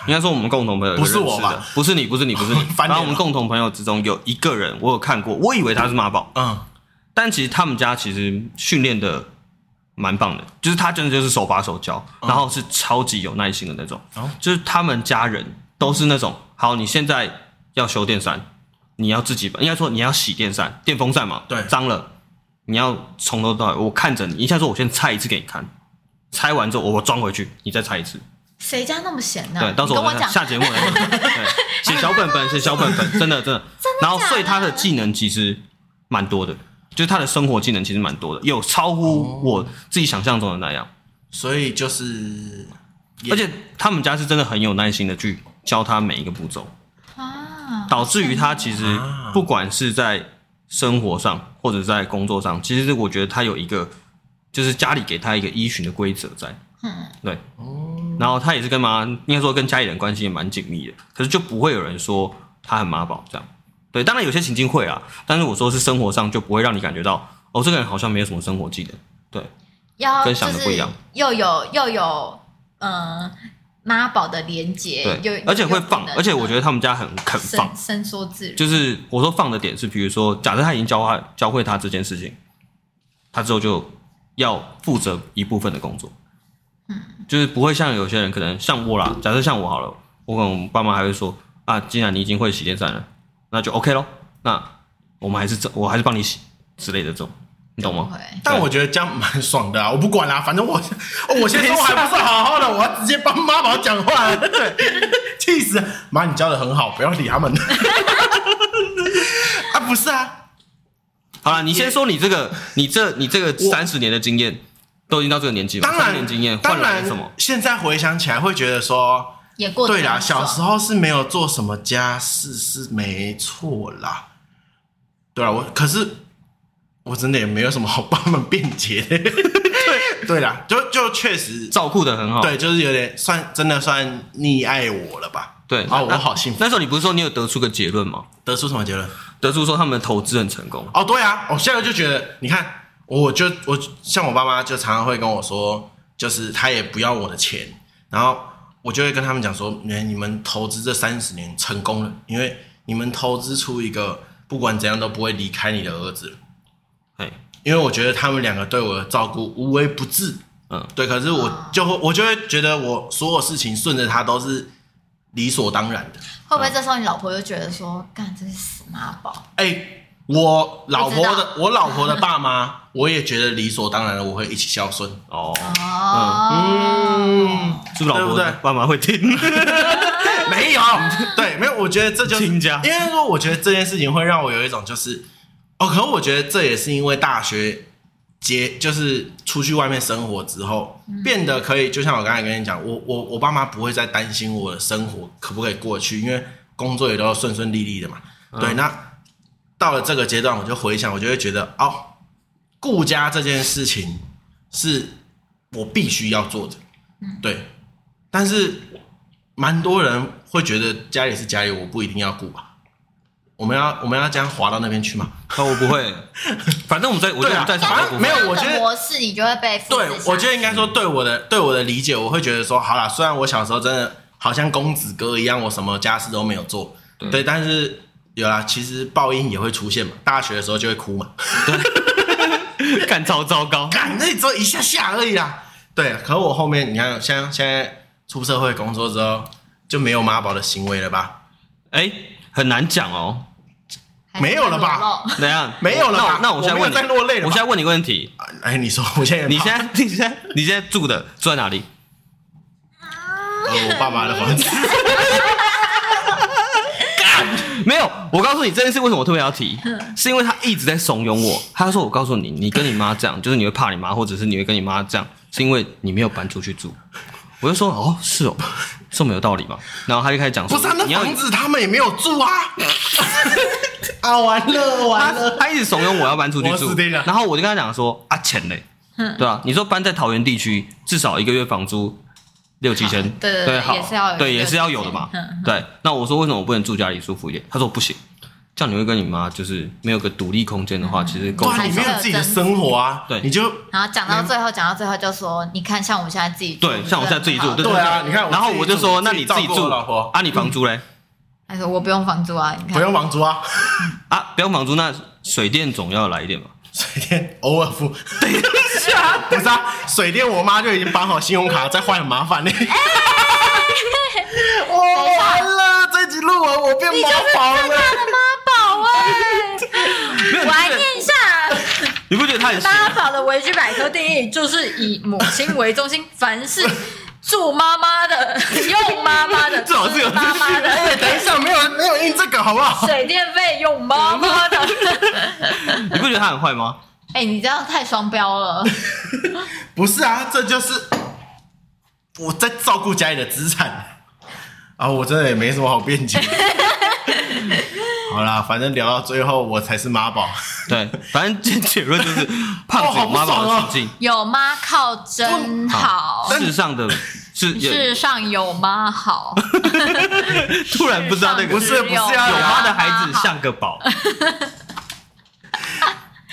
A: 应该说我们共同朋友有一个
B: 不是我
A: 认识
B: 吧
A: 的，不是你，不是你，不是你
B: 。翻脸了
A: 然后我们共同朋友之中有一个人，我有看过，我以为他是妈宝，
B: 嗯，
A: 但其实他们家其实训练的蛮棒的，就是他真的就是手把手教，然后是超级有耐心的那种。
B: 嗯哦
A: 就是他们家人都是那种，好，你现在要修电扇，你要自己应该说你要洗电扇、电风扇嘛，
B: 对
A: 脏了，你要从头到尾我看着你，一下说我先拆一次给你看。拆完之后，我我装回去，你再拆一次。
C: 谁家那么闲呢、
A: 对，到时候
C: 你跟
A: 我
C: 我
A: 再
C: 讲，
A: 下节目 来讲。对，写小本本，写小本本，真的真的。然后，所以他的技能其实蛮多的，就是他的生活技能其实蛮多的，有超乎我自己想象中的那样。
B: 所以就是，也
A: 而且他们家是真的很有耐心的去教他每一个步骤，
C: 啊，
A: 导致于他其实
B: 啊
A: 不管是在生活上或者在工作上，其实我觉得他有一个就是家里给他一个依循的规则在。
C: 嗯，
A: 对，然后他也是跟妈，应该说跟家里人关系也蛮紧密的，可是就不会有人说他很妈宝这样。对，当然有些情境会啊，但是我说是生活上就不会让你感觉到，哦，这个人好像没有什么生活技能。对，
C: 要
A: 跟
C: 就
A: 想的
C: 是
A: 不一样
C: 又有又有嗯妈宝的连接，又
A: 对，而且会放，而且我觉得
C: 得
A: 他们家很肯放
C: 伸，伸缩自如，
A: 就是我说放的点是，比如说，假设他已经教他教会他这件事情，他之后就要负责一部分的工作，嗯，就是不会像有些人可能像我啦，假设像我好了，我跟我爸妈还会说啊，既然你已经会洗电扇了，那就 OK 咯，那我们还是这，我还是帮你洗之类的这种，你懂吗？
C: 会
B: 但我觉得这样蛮爽的啊，我不管啦、反正我哦我先说还不是好好的，我要直接帮妈宝讲 话，对，气死了！妈，你教的很好，不要理他们。 啊，不是啊，
A: 好啦，你先说你这个，你这你这个
B: 我
A: 三十年的经验，都已经到这个年纪了，
B: 当
A: 三
B: 然
A: 年经验换
B: 当
A: 来
B: 然
A: 了什么？？
B: 现在回想起来会觉得说，
C: 也过得
B: 对啦，
C: 很爽
B: 小时候是没有做什么家事是没错啦。对啊，我可是我真的也没有什么好帮他们辩解 的。对对啦，就就确实
A: 照顾的很好，
B: 对，就是有点算真的算溺爱我了吧？
A: 对，
B: 哦，我
A: 那
B: 好幸福。
A: 那时候你不是说你有得出个结论吗？
B: 得出什么结论？
A: 得出说他们的投资很成功，
B: 哦，对啊，我现在就觉得，你看，我就我像我爸妈就常常会跟我说，就是他也不要我的钱，然后我就会跟他们讲说，哎你你们投资这三十年成功了，因为你们投资出一个不管怎样都不会离开你的儿子，
A: 哎，
B: 因为我觉得他们两个对我的照顾无微不至，
A: 嗯，
B: 对，可是我就会我就会觉得我所有事情顺着他都是理所当然的，
C: 会不会这时候你老婆就觉得说，干，这是死妈宝？
B: 哎、我老婆
C: 我知
B: 的
C: 道
B: 我老婆的爸妈，我也觉得理所当然了，我会一起孝顺。
A: 哦，
B: 嗯
C: 哦，
A: 是不是老
B: 对不
A: 婆
B: 对
A: 爸妈会 听？
B: 没有， 对，没有。我觉得这就是
A: 亲家
B: 因为说我觉得这件事情会让我有一种就是，哦，可能我觉得这也是因为大学结就是出去外面生活之后，变得可以，就像我刚才跟你讲，我我我爸妈不会再担心我的生活可不可以过去，因为工作也都顺顺利利的嘛。对，那到了这个阶段，我就回想，我就会觉得，哦，顾家这件事情是我必须要做的，对。但是蛮多人会觉得家里是家里，我不一定要顾吧。我们要我们要这样滑到那边去吗？
A: 那我不会，反正我们在，我觉
B: 对
A: 得
B: 啊
A: 我们在场
B: 反
A: 都
B: 正
A: 不
B: 没
A: 会
B: 有。我
C: 这
B: 觉
C: 样
B: 得
C: 的模式你就会被复
B: 对
C: 制下，去
B: 我觉得应该说对我的对我的理解，我会觉得说，好啦，虽然我小时候真的好像公子哥一样，我什么家事都没有做，
A: 对
B: 对，但是有啦，其实报应也会出现嘛。大学的时候就会哭嘛，
A: 干超糟糕，
B: 干那只有一下下而已啦。对，可我后面你看，像现在出社会工作之后，就没有妈宝的行为了吧？
A: 哎，很难讲哦。
C: 还是
B: 没有了吧
C: 裸露？
A: 怎样？
B: 哦没有了吧
A: 那我那我现在问
B: 我没有在落泪
A: 你，
B: 了吧
A: 我现在问你个问题，
B: 哎，你说我现在也
A: 你
B: 怕
A: 现在你现在你现在住的住在哪里？
B: 呃我爸妈的房子，
A: 没有，我告诉你这件事为什么我特别要提，是因为他一直在怂恿我。他说：“我告诉你，你跟你妈这样，就是你会怕你妈，或者是你会跟你妈这样，是因为你没有搬出去住。”我就说：“哦，是哦，这么有道理嘛。”然后他就开始讲说：“
B: 不是、啊、那
A: 你要
B: 房子他们也没有住啊。 啊，完了
A: 他
B: 完了，
A: 他一直怂恿我要搬出去
B: 我
A: 住
B: 死定，了
A: 然后我就跟他讲说：“啊，钱嘞，
C: 嗯
A: 对吧、你说搬在桃园地区，至少一个月房租六七千，
C: 啊对对对
A: 好
C: 也是要有
A: 对
C: 六
A: 也
C: 七
A: 是要有的嘛。
C: 千嗯
A: 对，那我说为什么我不能住家里舒服一点？他说不行，这样你会跟你妈就是没有个独立空间的
C: 嗯
A: 话，其实沟
B: 对啊，
A: 通
B: 你没有自己的生活啊，
A: 对
B: 你就
C: 然后讲到最后，讲到最后就说，你看，像我们现在自己住，
A: 对，像我现在自己住，
C: 对
B: 对啊你看我
A: 然后我就说，那
B: 自
A: 你
B: 己
A: 自
B: 住
A: 己
B: 自己照顾
A: 住
B: 我老婆
A: 啊，你房租嘞
C: 他说我不用房租啊，你看
B: 不用房租 啊，
A: 啊，不用房租，那水电总要来一点吧？
B: 水电偶尔付。等一下，不是啊，水电我妈就已经绑好信用卡，再换很麻烦呢。 我完了，这集录完我变妈宝了。
C: 妈 宝哎，
A: 没有，你
C: 我
A: 不
C: 来
A: 觉得
C: 念一下。
A: 你不觉得他很闲
C: 妈宝的维基百科定义就是以母亲为中心，凡是住妈妈 的、用妈妈的、吃
A: 这好像有
C: 妈妈
B: 哎、
C: 的、
B: 等一下，没有没有印这个好不 好？
C: 水电费用妈妈的。
A: 你不觉得他很坏吗？
C: 哎、你这样太双标了。
B: 不是啊，这就是我在照顾家里的资产啊，我真的也没什么好 辩解。好啦，反正聊到最后，我才是妈宝。
A: 对，反正结结论就是
B: 哦
A: 胖子有
B: 啊
A: 妈宝的处境，
C: 有妈靠真好，
A: 世上的是也
C: 世上有妈好。
A: 突 然不知道那个
B: 不是不是啊要
A: 有
B: 有
A: 妈的孩子像个宝，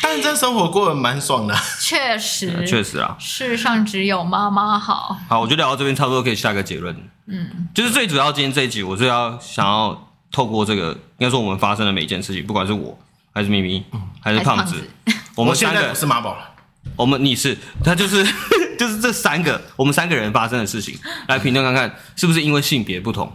B: 但这生活过得蛮爽的。
C: 确实，
A: 确实啊。
C: 世上只有妈妈好。
A: 好，我觉得聊到这边差不多可以下个结论。嗯，就是最主要今天这一集，我是要想要透过这个，应该说我们发生的每一件事情，不管是我还是咪咪还是胖
C: 还是
A: 子
C: 胖，
A: 我
B: 我
A: 们
B: 现
A: 三
B: 在
A: 个
B: 不是妈宝了，
A: 我们你是他就是 就是这三个我们三个人发生的事情，来评论看看是不是因为性别不同，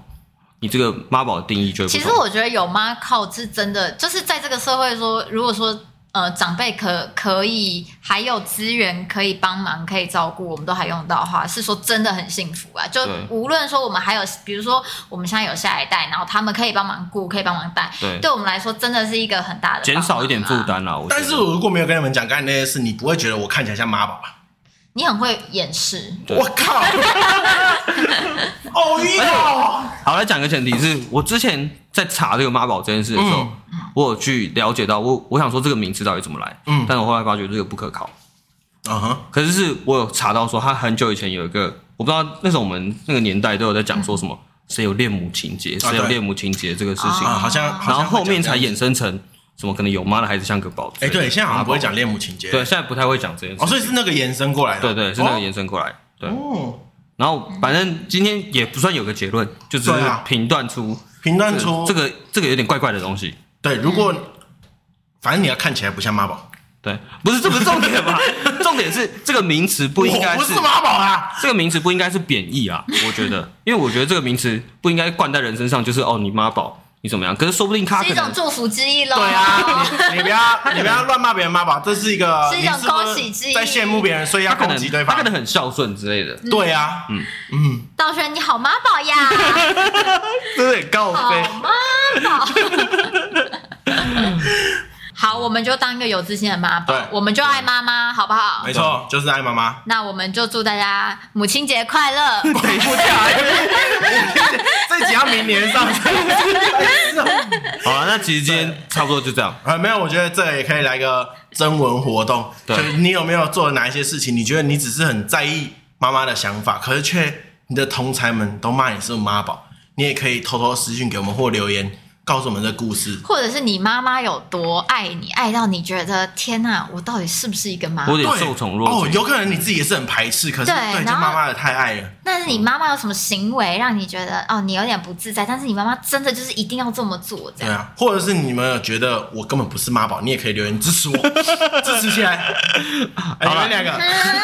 A: 你这个妈宝的定义就会不
C: 其
A: 同。
C: 实我觉得有妈靠是真的，就是在这个社会说，如果说呃长辈可可以还有资源可以帮忙可以照顾，我们都还用得到的话，是说真的很幸福啊！就
A: 对
C: 无论说我们还有，比如说我们现在有下一代，然后他们可以帮忙顾，可以帮忙带，
A: 对
C: 我们来说真的是一个很大的
A: 减少一点
C: 帮
A: 负
C: 忙啊。
A: 担啦。我觉得
B: 但是我如果没有跟你们讲刚才那些事，你不会觉得我看起来像妈宝吧？
C: 你很会掩饰，
A: 对
B: 我 靠！哦哟！
A: 好来讲个前提是，我之前在查这个妈宝这件事的时
B: 嗯
A: 候，我有去了解到，我我想说这个名字到底怎么来，
B: 嗯
A: 但我后来发觉这个不可靠。
B: 嗯哼，
A: 可是是我有查到说，他很久以前有一个，我不知道那时候我们那个年代都有在讲说什么、谁有恋母情节，谁有
B: 对
A: 恋母情节这个事情，
C: 啊
B: 嗯啊，好像好
A: 然后
B: 像会
A: 后面
B: 讲
A: 才
B: 这样
A: 衍生成什么可能有妈的孩子像个宝之
B: 哎，
A: 类的。
B: 对，现在好像不会
A: 妈宝
B: 讲恋母情节，
A: 对，现在不太会讲这件事情。
B: 哦，所以是那个延伸过来的，
A: 对对，是那个
B: 哦
A: 延伸过来。对，
B: 哦，
A: 然后反正今天也不算有个结论，就只是
B: 对啊
A: 评断出
B: 评
A: 这
B: 断
A: 个
B: 出
A: 这个这个有点怪怪的东西。
B: 对，如果
C: 嗯
B: 反正你要看起来不像妈宝，
A: 对，不是这不是重点吧？ 重点是这个名词不应该
B: 我不是妈宝啊，
A: 这个名词不应该是贬义啊，我觉得，因为我觉得这个名词不应该灌在人身上，就是哦你妈宝你怎么样？可是说不定他
C: 是一
A: 可能
C: 种祝福之意喽。
B: 对啊， 你你不要你不要乱骂别人妈宝，这是一个
C: 是一种
B: 你不
C: 恭喜之意
B: 在羡慕别人，所以要
A: 他可
B: 攻
A: 能嗯
B: 击对
A: 他可
B: 方
A: 能。很孝顺之类的，
B: 对啊，嗯嗯，
C: 道轩你好妈宝呀，
A: 有点告
C: 好妈宝。好，我们就当一个有自信的妈宝
B: 对，
C: 我们就爱妈妈，好不好
B: 没？错，就是爱妈妈。
C: 那我们就祝大家母亲节 快乐。
A: 等一 下。
B: 这集要明年上传。
A: 好啊了，那其实今天差不多就这样。
B: 啊，没有，我觉得这也可以来个征文活动，
A: 对
B: 就是你有没有做哪一些事情？你觉得你只是很在意妈妈的想法，可是却你的同才们都骂你是妈宝，你也可以偷偷私讯给我们或留言告诉我们这故事。
C: 或者是你妈妈有多爱你，爱到你觉得天哪、我到底是不是一个妈
A: 我
C: 妈？
A: 有点
B: 对
A: 受宠若
B: 哦，
A: 惊，
B: 有可能你自己也是很排斥，可是
C: 对
B: 对，这
C: 然后
B: 妈妈的太爱了，
C: 但是你妈妈有什么行为让你觉得哦，你有点不自在？但是你妈妈真的就是一定要这么做，这
B: 对
C: 样。
B: 啊，或者是你们有觉得我根本不是妈宝，你也可以留言支持我， 支持起来。哎，你
A: 好了
B: 们两个，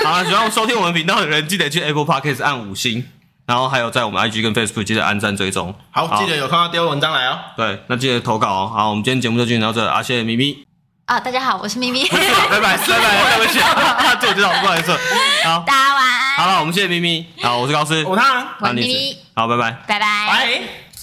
A: 好啊了，喜欢收听我们频道的人，记得去 Apple Podcast 按五星，然后还有在我们 IG 跟 Facebook 记得按赞追踪。
B: 好，记得有空要丢文章来哦。
A: 对，那记得投稿哦。好，我们今天节目就进行到这，啊，谢谢咪咪，
C: 啊、大家好，我是咪咪，
B: 啊
A: 拜拜，拜拜，对不起， 啊这我知道，不好意思。好，
C: 大家晚安，哎
A: 好了，我们谢谢咪咪，好，我是高斯，
B: 哦我他，哎
C: 我
A: 啊
C: 是咪
A: 你是
C: 咪，
A: 好，拜拜。
C: 拜拜。
B: 拜。